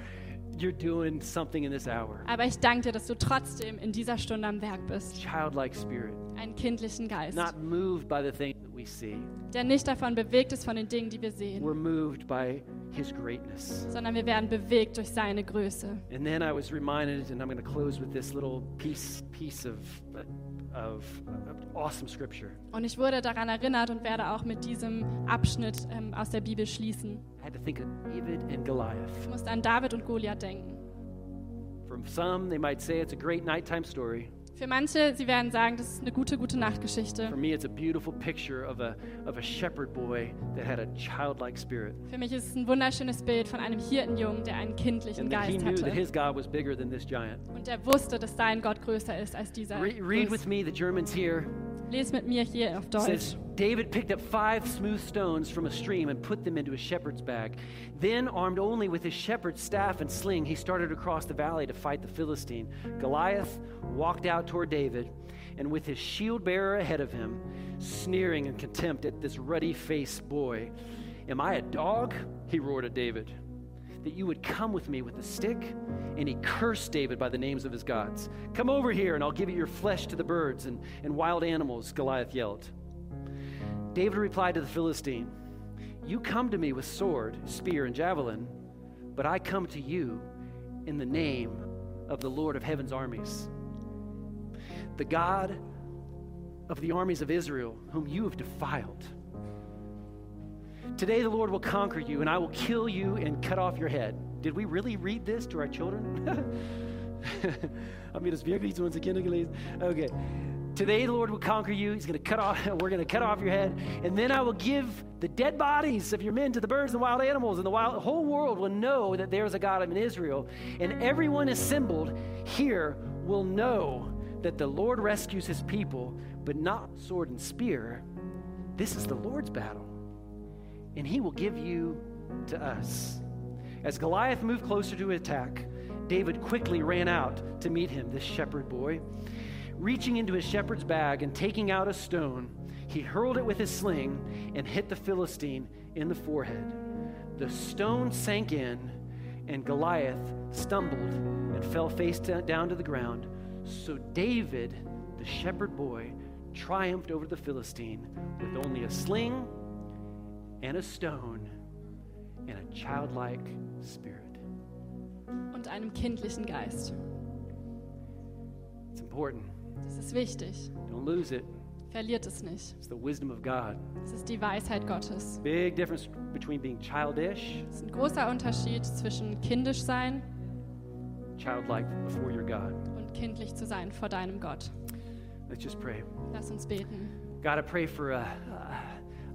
Speaker 1: you're doing something in this hour.
Speaker 2: aber ich danke dir, dass du trotzdem in dieser Stunde am Werk bist.
Speaker 1: Childlike spirit,
Speaker 2: Einen kindlichen Geist,
Speaker 1: not moved by the things that we see.
Speaker 2: der nicht davon bewegt ist von den Dingen, die wir sehen,
Speaker 1: We're moved by His greatness.
Speaker 2: sondern wir werden bewegt durch seine Größe.
Speaker 1: And then I was reminded, and I'm going to close with this little piece piece of uh, of, awesome scripture.
Speaker 2: Und ich wurde daran erinnert und werde auch mit diesem Abschnitt ähm, aus der Bibel schließen.
Speaker 1: I had to think of David and Goliath.
Speaker 2: Ich musste an David und Goliath denken.
Speaker 1: From some, they might say it's a great nighttime story.
Speaker 2: Für manche, sie werden sagen, das ist eine gute, gute
Speaker 1: For
Speaker 2: Nachtgeschichte.
Speaker 1: me, it's a beautiful picture of a of a shepherd boy that had a childlike spirit,
Speaker 2: Für mich ist es ein wunderschönes Bild von einem Hirtenjungen, der einen kindlichen
Speaker 1: and that he
Speaker 2: Geist
Speaker 1: knew
Speaker 2: hatte.
Speaker 1: that his God was bigger than this giant.
Speaker 2: Und er wusste, dass sein Gott größer ist als dieser.
Speaker 1: Re- read
Speaker 2: Fluss.
Speaker 1: with me the Germans here.
Speaker 2: Lest mit mir hier auf
Speaker 1: It
Speaker 2: Deutsch.
Speaker 1: says David picked up five smooth stones from a stream and put them into a shepherd's bag. Then, armed only with his shepherd's staff and sling, he started across the valley to fight the Philistine. Goliath walked out toward David, and with his shield bearer ahead of him, sneering in contempt at this ruddy faced boy. Am I a dog? he roared at David that you would come with me with a stick? And he cursed David by the names of his gods. Come over here, and I'll give you your flesh to the birds and, and wild animals, Goliath yelled. David replied to the Philistine, You come to me with sword, spear, and javelin, but I come to you in the name of the Lord of heaven's armies, the God of the armies of Israel, whom you have defiled. Today the Lord will conquer you, and I will kill you and cut off your head. Did we really read this to our children? <laughs> Haben wir das wirklich zu unseren Kindern gelesen? Okay. Today the Lord will conquer you. He's going to cut off, <laughs> we're going to cut off your head. And then I will give the dead bodies of your men to the birds and wild animals. And the wild, whole world will know that there is a God in Israel. And everyone assembled here will know that the Lord rescues his people, but not sword and spear. This is the Lord's battle and he will give you to us. As Goliath moved closer to attack, David quickly ran out to meet him, this shepherd boy. Reaching into his shepherd's bag and taking out a stone, he hurled it with his sling and hit the Philistine in the forehead. The stone sank in, and Goliath stumbled and fell face to- down to the ground. So David, the shepherd boy, triumphed over the Philistine with only a sling and a stone and a childlike spirit.
Speaker 2: Und einem kindlichen Geist.
Speaker 1: It's important.
Speaker 2: Das ist wichtig.
Speaker 1: Don't lose it.
Speaker 2: Verliert es nicht.
Speaker 1: It's the wisdom of God.
Speaker 2: Es ist die Weisheit Gottes.
Speaker 1: Big difference between being childish,
Speaker 2: Es ist ein großer Unterschied zwischen kindisch sein
Speaker 1: childlike before your God.
Speaker 2: und kindlich zu sein vor deinem Gott.
Speaker 1: Let's just pray.
Speaker 2: Lass uns beten.
Speaker 1: God, I pray for a,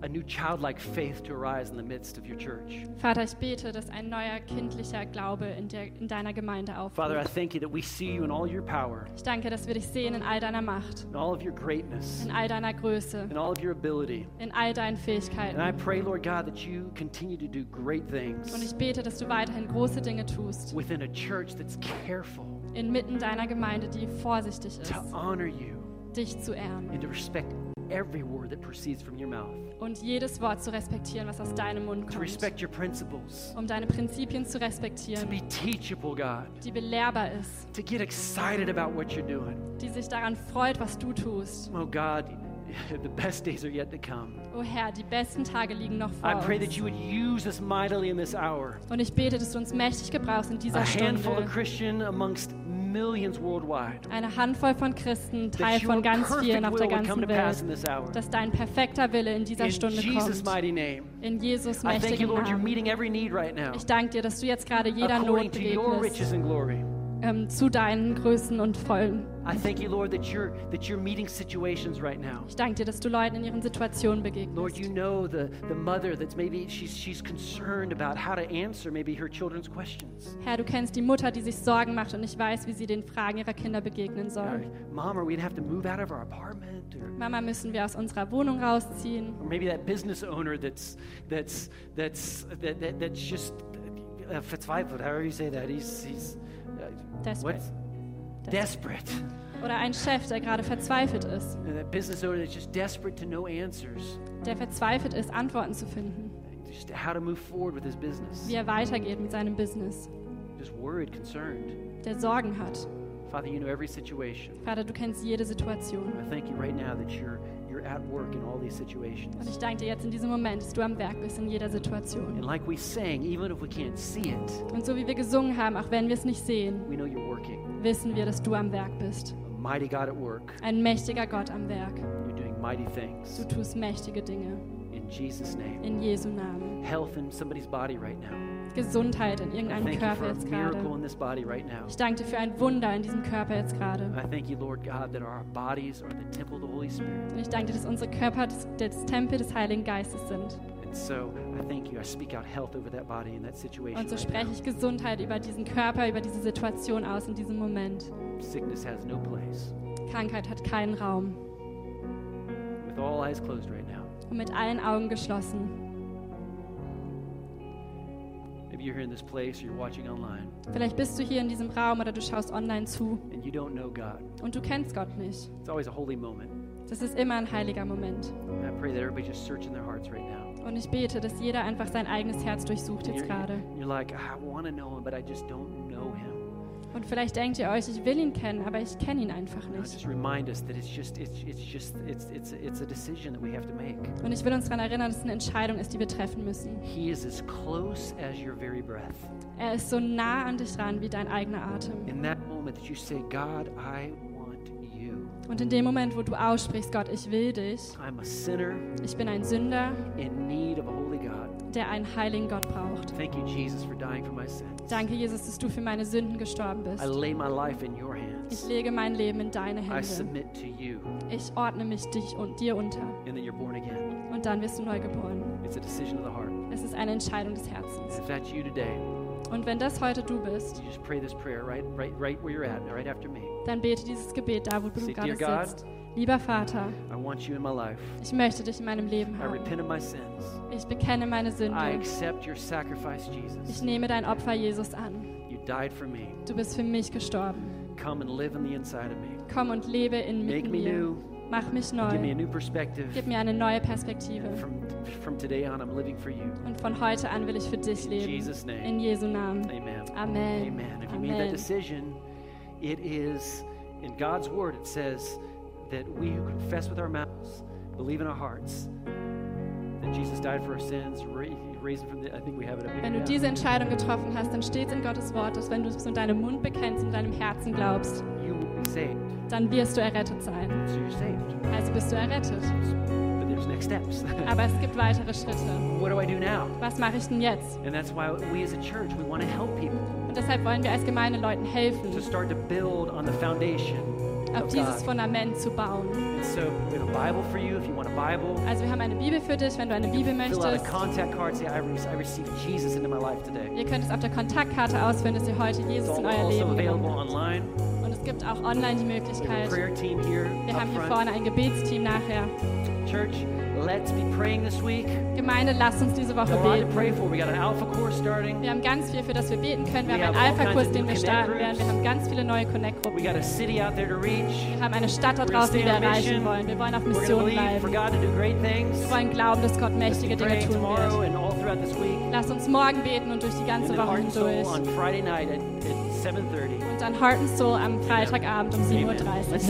Speaker 1: a, a new childlike faith to arise in the midst of your church.
Speaker 2: Vater, ich bete, dass ein neuer kindlicher Glaube in, der, in deiner Gemeinde
Speaker 1: Father, I
Speaker 2: aufkommt.
Speaker 1: thank you that we see you in all your power,
Speaker 2: Ich danke, dass wir dich sehen in all deiner Macht,
Speaker 1: in all of your greatness,
Speaker 2: in all deiner Größe,
Speaker 1: in all of your ability.
Speaker 2: in all deinen
Speaker 1: And I
Speaker 2: Fähigkeiten.
Speaker 1: pray, Lord God, that you continue to do great
Speaker 2: Und ich
Speaker 1: things
Speaker 2: bete, dass du weiterhin große Dinge tust,
Speaker 1: within a church that's careful
Speaker 2: inmitten deiner Gemeinde, die vorsichtig ist,
Speaker 1: to honor you.
Speaker 2: dich zu ehren
Speaker 1: and to respect every word that proceeds from your mouth,
Speaker 2: und jedes Wort zu respektieren, was aus deinem Mund
Speaker 1: to
Speaker 2: kommt,
Speaker 1: respect your principles,
Speaker 2: um deine Prinzipien zu
Speaker 1: to
Speaker 2: respektieren,
Speaker 1: be teachable, God,
Speaker 2: die belehrbar ist,
Speaker 1: to get excited about what you're doing.
Speaker 2: die sich daran freut, was du tust.
Speaker 1: Oh, God, <laughs> the best days are yet to come.
Speaker 2: O Herr, die besten Tage liegen noch
Speaker 1: I
Speaker 2: vor
Speaker 1: pray that
Speaker 2: uns.
Speaker 1: you would use us mightily in this hour.
Speaker 2: Und ich bete, dass du uns mächtig gebrauchst in
Speaker 1: A
Speaker 2: dieser
Speaker 1: handful of
Speaker 2: Stunde.
Speaker 1: Christian amongst millions worldwide.
Speaker 2: Eine Handvoll von Christen, Teil
Speaker 1: That your
Speaker 2: von ganz vielen
Speaker 1: perfect
Speaker 2: auf der
Speaker 1: will would come
Speaker 2: ganzen
Speaker 1: to pass in
Speaker 2: Welt,
Speaker 1: this hour.
Speaker 2: dass dein perfekter Wille in dieser
Speaker 1: In
Speaker 2: Stunde
Speaker 1: Jesus'
Speaker 2: kommt.
Speaker 1: mighty name.
Speaker 2: In Jesus
Speaker 1: I thank you,
Speaker 2: mächtigen
Speaker 1: Lord, you're
Speaker 2: Namen.
Speaker 1: meeting every need right now.
Speaker 2: Ich danke dir, dass du jetzt gerade jeder
Speaker 1: According
Speaker 2: Not
Speaker 1: to your riches
Speaker 2: begegnest,
Speaker 1: and glory.
Speaker 2: ähm, zu deinen Größen und Vollen.
Speaker 1: I thank you, Lord, that you're that you're meeting situations right now.
Speaker 2: Ich danke dir, dass du Leuten in ihren Situationen
Speaker 1: Lord, you
Speaker 2: begegnest.
Speaker 1: know the, the mother that's maybe she's, she's concerned about how to answer maybe her children's questions.
Speaker 2: Herr, du kennst die Mutter, die sich Sorgen macht und ich weiß, wie sie den Fragen ihrer Kinder begegnen soll.
Speaker 1: Like, Mom, or we'd have to move out of our apartment, or,
Speaker 2: Mama, müssen wir aus unserer Wohnung rausziehen?
Speaker 1: or maybe that business owner that's that's that's that, that that's just uh, verzweifelt. However you say that, he's he's uh,
Speaker 2: Desperate.
Speaker 1: what's- desperate.
Speaker 2: Oder ein Chef, der gerade verzweifelt ist,
Speaker 1: And that business owner that's just desperate to know answers,
Speaker 2: der verzweifelt ist, Antworten zu finden,
Speaker 1: just how to move forward with his business.
Speaker 2: wie er weitergeht mit seinem Business,
Speaker 1: Just worried, concerned.
Speaker 2: der Sorgen hat.
Speaker 1: Father, you know every situation.
Speaker 2: Vater, du kennst jede Situation.
Speaker 1: I thank you right now that you're you're at work in all these situations.
Speaker 2: Und ich danke dir jetzt in diesem Moment, dass du am Werk bist in jeder
Speaker 1: And
Speaker 2: Situation.
Speaker 1: like we sang, even if we can't see it,
Speaker 2: Und so wie wir gesungen haben, auch wenn wir es nicht sehen,
Speaker 1: we know you're working.
Speaker 2: wissen wir, dass du am Werk bist.
Speaker 1: A mighty God at work.
Speaker 2: Ein mächtiger Gott am Werk.
Speaker 1: You're doing mighty things.
Speaker 2: Du tust mächtige Dinge.
Speaker 1: In Jesus' name.
Speaker 2: In Jesu Namen.
Speaker 1: Health in somebody's body right now.
Speaker 2: Gesundheit in
Speaker 1: I
Speaker 2: irgendeinem
Speaker 1: thank you
Speaker 2: Körper
Speaker 1: for a
Speaker 2: jetzt
Speaker 1: miracle
Speaker 2: gerade.
Speaker 1: in this body right now.
Speaker 2: Ich danke dir für ein Wunder in diesem Körper jetzt gerade.
Speaker 1: I thank you, Lord God, that our bodies are the temple of the Holy Spirit.
Speaker 2: Und ich danke dir, dass unsere Körper des, des Tempel des Heiligen Geistes sind.
Speaker 1: And so I thank you. I speak out health over that body in that situation.
Speaker 2: Und so
Speaker 1: right
Speaker 2: spreche ich Gesundheit über diesen Körper, über diese Situation aus in diesem Moment.
Speaker 1: now. Sickness has no place.
Speaker 2: Krankheit hat keinen Raum.
Speaker 1: with all eyes closed right now.
Speaker 2: und mit allen Augen geschlossen.
Speaker 1: Maybe you're here in this place, or you're watching online,
Speaker 2: Vielleicht bist du hier in diesem Raum oder du schaust online zu
Speaker 1: and you don't know God.
Speaker 2: und du kennst Gott nicht.
Speaker 1: It's always a holy moment.
Speaker 2: Das ist immer ein heiliger Moment.
Speaker 1: And I pray that everybody's just searching their hearts right now.
Speaker 2: Und ich bete, dass jeder einfach sein eigenes Herz durchsucht
Speaker 1: And
Speaker 2: jetzt
Speaker 1: you're,
Speaker 2: gerade.
Speaker 1: you're like, I want to know him, but I just don't know him.
Speaker 2: Und vielleicht denkt ihr euch, ich will ihn kennen, aber ich kenne ihn einfach
Speaker 1: And I
Speaker 2: nicht.
Speaker 1: just remind us that it's just, it's, it's just, it's, it's, it's a decision that we have to make.
Speaker 2: Und ich will uns daran erinnern, dass es eine Entscheidung ist, die wir treffen müssen.
Speaker 1: He is as close as your very breath.
Speaker 2: Er ist so nah an dich ran wie dein eigener Atem.
Speaker 1: In that moment that you say, God, I want you.
Speaker 2: Und in dem Moment, wo du aussprichst, Gott, ich will dich,
Speaker 1: I'm a sinner
Speaker 2: ich bin ein Sünder,
Speaker 1: in need of a holy God.
Speaker 2: der einen heiligen Gott braucht.
Speaker 1: Thank you, Jesus, for dying for my sins.
Speaker 2: Danke, Jesus, dass du für meine Sünden gestorben
Speaker 1: I
Speaker 2: bist.
Speaker 1: lay my life in your
Speaker 2: Ich
Speaker 1: hands.
Speaker 2: lege mein Leben in deine
Speaker 1: I
Speaker 2: Hände.
Speaker 1: submit to you,
Speaker 2: Ich ordne mich dich und dir unter.
Speaker 1: and then you're born again.
Speaker 2: Und dann wirst du neu geboren.
Speaker 1: It's a decision of the heart.
Speaker 2: Es ist eine Entscheidung des
Speaker 1: And
Speaker 2: Herzens.
Speaker 1: If that's you today,
Speaker 2: Und wenn das heute du bist,
Speaker 1: you just pray this prayer right, right, right where you're at, right after me.
Speaker 2: dann bete dieses Gebet da, wo du
Speaker 1: Say,
Speaker 2: gerade
Speaker 1: "Dear God,
Speaker 2: sitzt. Lieber Vater,
Speaker 1: I want you in my life.
Speaker 2: ich möchte dich in meinem Leben
Speaker 1: I
Speaker 2: haben.
Speaker 1: repent of my sins.
Speaker 2: Ich bekenne meine
Speaker 1: I
Speaker 2: Sünde.
Speaker 1: accept your sacrifice,
Speaker 2: Ich
Speaker 1: Jesus.
Speaker 2: nehme dein Opfer Jesus an.
Speaker 1: You died for me.
Speaker 2: Du bist für mich gestorben.
Speaker 1: Come and live on the inside of me.
Speaker 2: Komm und lebe
Speaker 1: Make
Speaker 2: inmitten
Speaker 1: me
Speaker 2: mir.
Speaker 1: new.
Speaker 2: Mach mich
Speaker 1: Give me a
Speaker 2: neu.
Speaker 1: new perspective.
Speaker 2: Gib mir eine neue
Speaker 1: And
Speaker 2: Perspektive.
Speaker 1: from, from today on, I'm living for you.
Speaker 2: Und von heute an will ich für dich
Speaker 1: In
Speaker 2: leben.
Speaker 1: Jesus' name.
Speaker 2: In Jesu Namen.
Speaker 1: Amen.
Speaker 2: Amen.
Speaker 1: Amen. If you made that
Speaker 2: Amen.
Speaker 1: decision, it is in God's word, it says that we who confess with our mouths, believe in our hearts, that Jesus died for our sins, ra- raised him from the, I think we have it up here.
Speaker 2: Wenn du
Speaker 1: yeah.
Speaker 2: diese Entscheidung getroffen hast, dann steht es in Gottes Wort, dass wenn du es mit deinem Mund bekennst und deinem Herzen glaubst,
Speaker 1: You will be saved.
Speaker 2: dann wirst du errettet sein.
Speaker 1: So you're saved.
Speaker 2: Also bist du errettet.
Speaker 1: But there's next steps. <laughs>
Speaker 2: Aber es gibt weitere Schritte.
Speaker 1: what do I do now?
Speaker 2: Was mache ich denn jetzt?
Speaker 1: And that's why we as a church, we want to help people
Speaker 2: Und deshalb wollen wir als Gemeinde Leuten
Speaker 1: to
Speaker 2: helfen,
Speaker 1: start to build on the foundation
Speaker 2: auf
Speaker 1: of
Speaker 2: dieses
Speaker 1: God.
Speaker 2: Fundament zu bauen.
Speaker 1: And so we have a Bible for you if you want a Bible.
Speaker 2: Also wir haben eine Bibel für dich, wenn du eine Bibel
Speaker 1: Fill out a
Speaker 2: möchtest.
Speaker 1: contact card. Say, I, re- I received Jesus into my life today.
Speaker 2: Ihr könnt es auf der Kontaktkarte ausführen, dass ihr heute
Speaker 1: It's
Speaker 2: Jesus in
Speaker 1: all
Speaker 2: euer
Speaker 1: also
Speaker 2: Leben genommen
Speaker 1: available
Speaker 2: habt.
Speaker 1: online.
Speaker 2: Und es gibt auch online die
Speaker 1: We have a
Speaker 2: Möglichkeit.
Speaker 1: prayer team here
Speaker 2: Wir
Speaker 1: up
Speaker 2: haben hier
Speaker 1: front.
Speaker 2: vorne ein Gebetsteam nachher.
Speaker 1: Church, let's be praying this week.
Speaker 2: Gemeinde, lasst uns diese Woche
Speaker 1: Got A lot to
Speaker 2: beten.
Speaker 1: pray for. We got an Alpha course starting.
Speaker 2: Wir haben ganz viel, für das wir beten können. Wir
Speaker 1: We
Speaker 2: haben einen
Speaker 1: have all kinds
Speaker 2: Alpha-Kurs,
Speaker 1: of
Speaker 2: den
Speaker 1: new
Speaker 2: wir
Speaker 1: Connect
Speaker 2: starten werden. Wir
Speaker 1: groups.
Speaker 2: haben ganz viele neue Connect-Gruppen.
Speaker 1: We got a city out there to reach.
Speaker 2: Wir haben eine Stadt da
Speaker 1: We're
Speaker 2: draußen, die
Speaker 1: staying
Speaker 2: wir
Speaker 1: on
Speaker 2: erreichen
Speaker 1: mission.
Speaker 2: wollen. Wir wollen auf
Speaker 1: We're going to
Speaker 2: Mission
Speaker 1: believe for
Speaker 2: bleiben.
Speaker 1: God to do great things.
Speaker 2: Wir wollen glauben, dass Gott
Speaker 1: Let's be
Speaker 2: mächtige Dinge
Speaker 1: praying
Speaker 2: tun
Speaker 1: tomorrow
Speaker 2: wird.
Speaker 1: and all throughout this week.
Speaker 2: Lasst uns morgen beten und durch die
Speaker 1: And
Speaker 2: ganze
Speaker 1: then
Speaker 2: Woche
Speaker 1: Heart and Soul
Speaker 2: hindurch.
Speaker 1: on Friday night at, at 7.30.
Speaker 2: Und dann Heart and Soul am Freitagabend um 7.30 Uhr.
Speaker 1: Amen.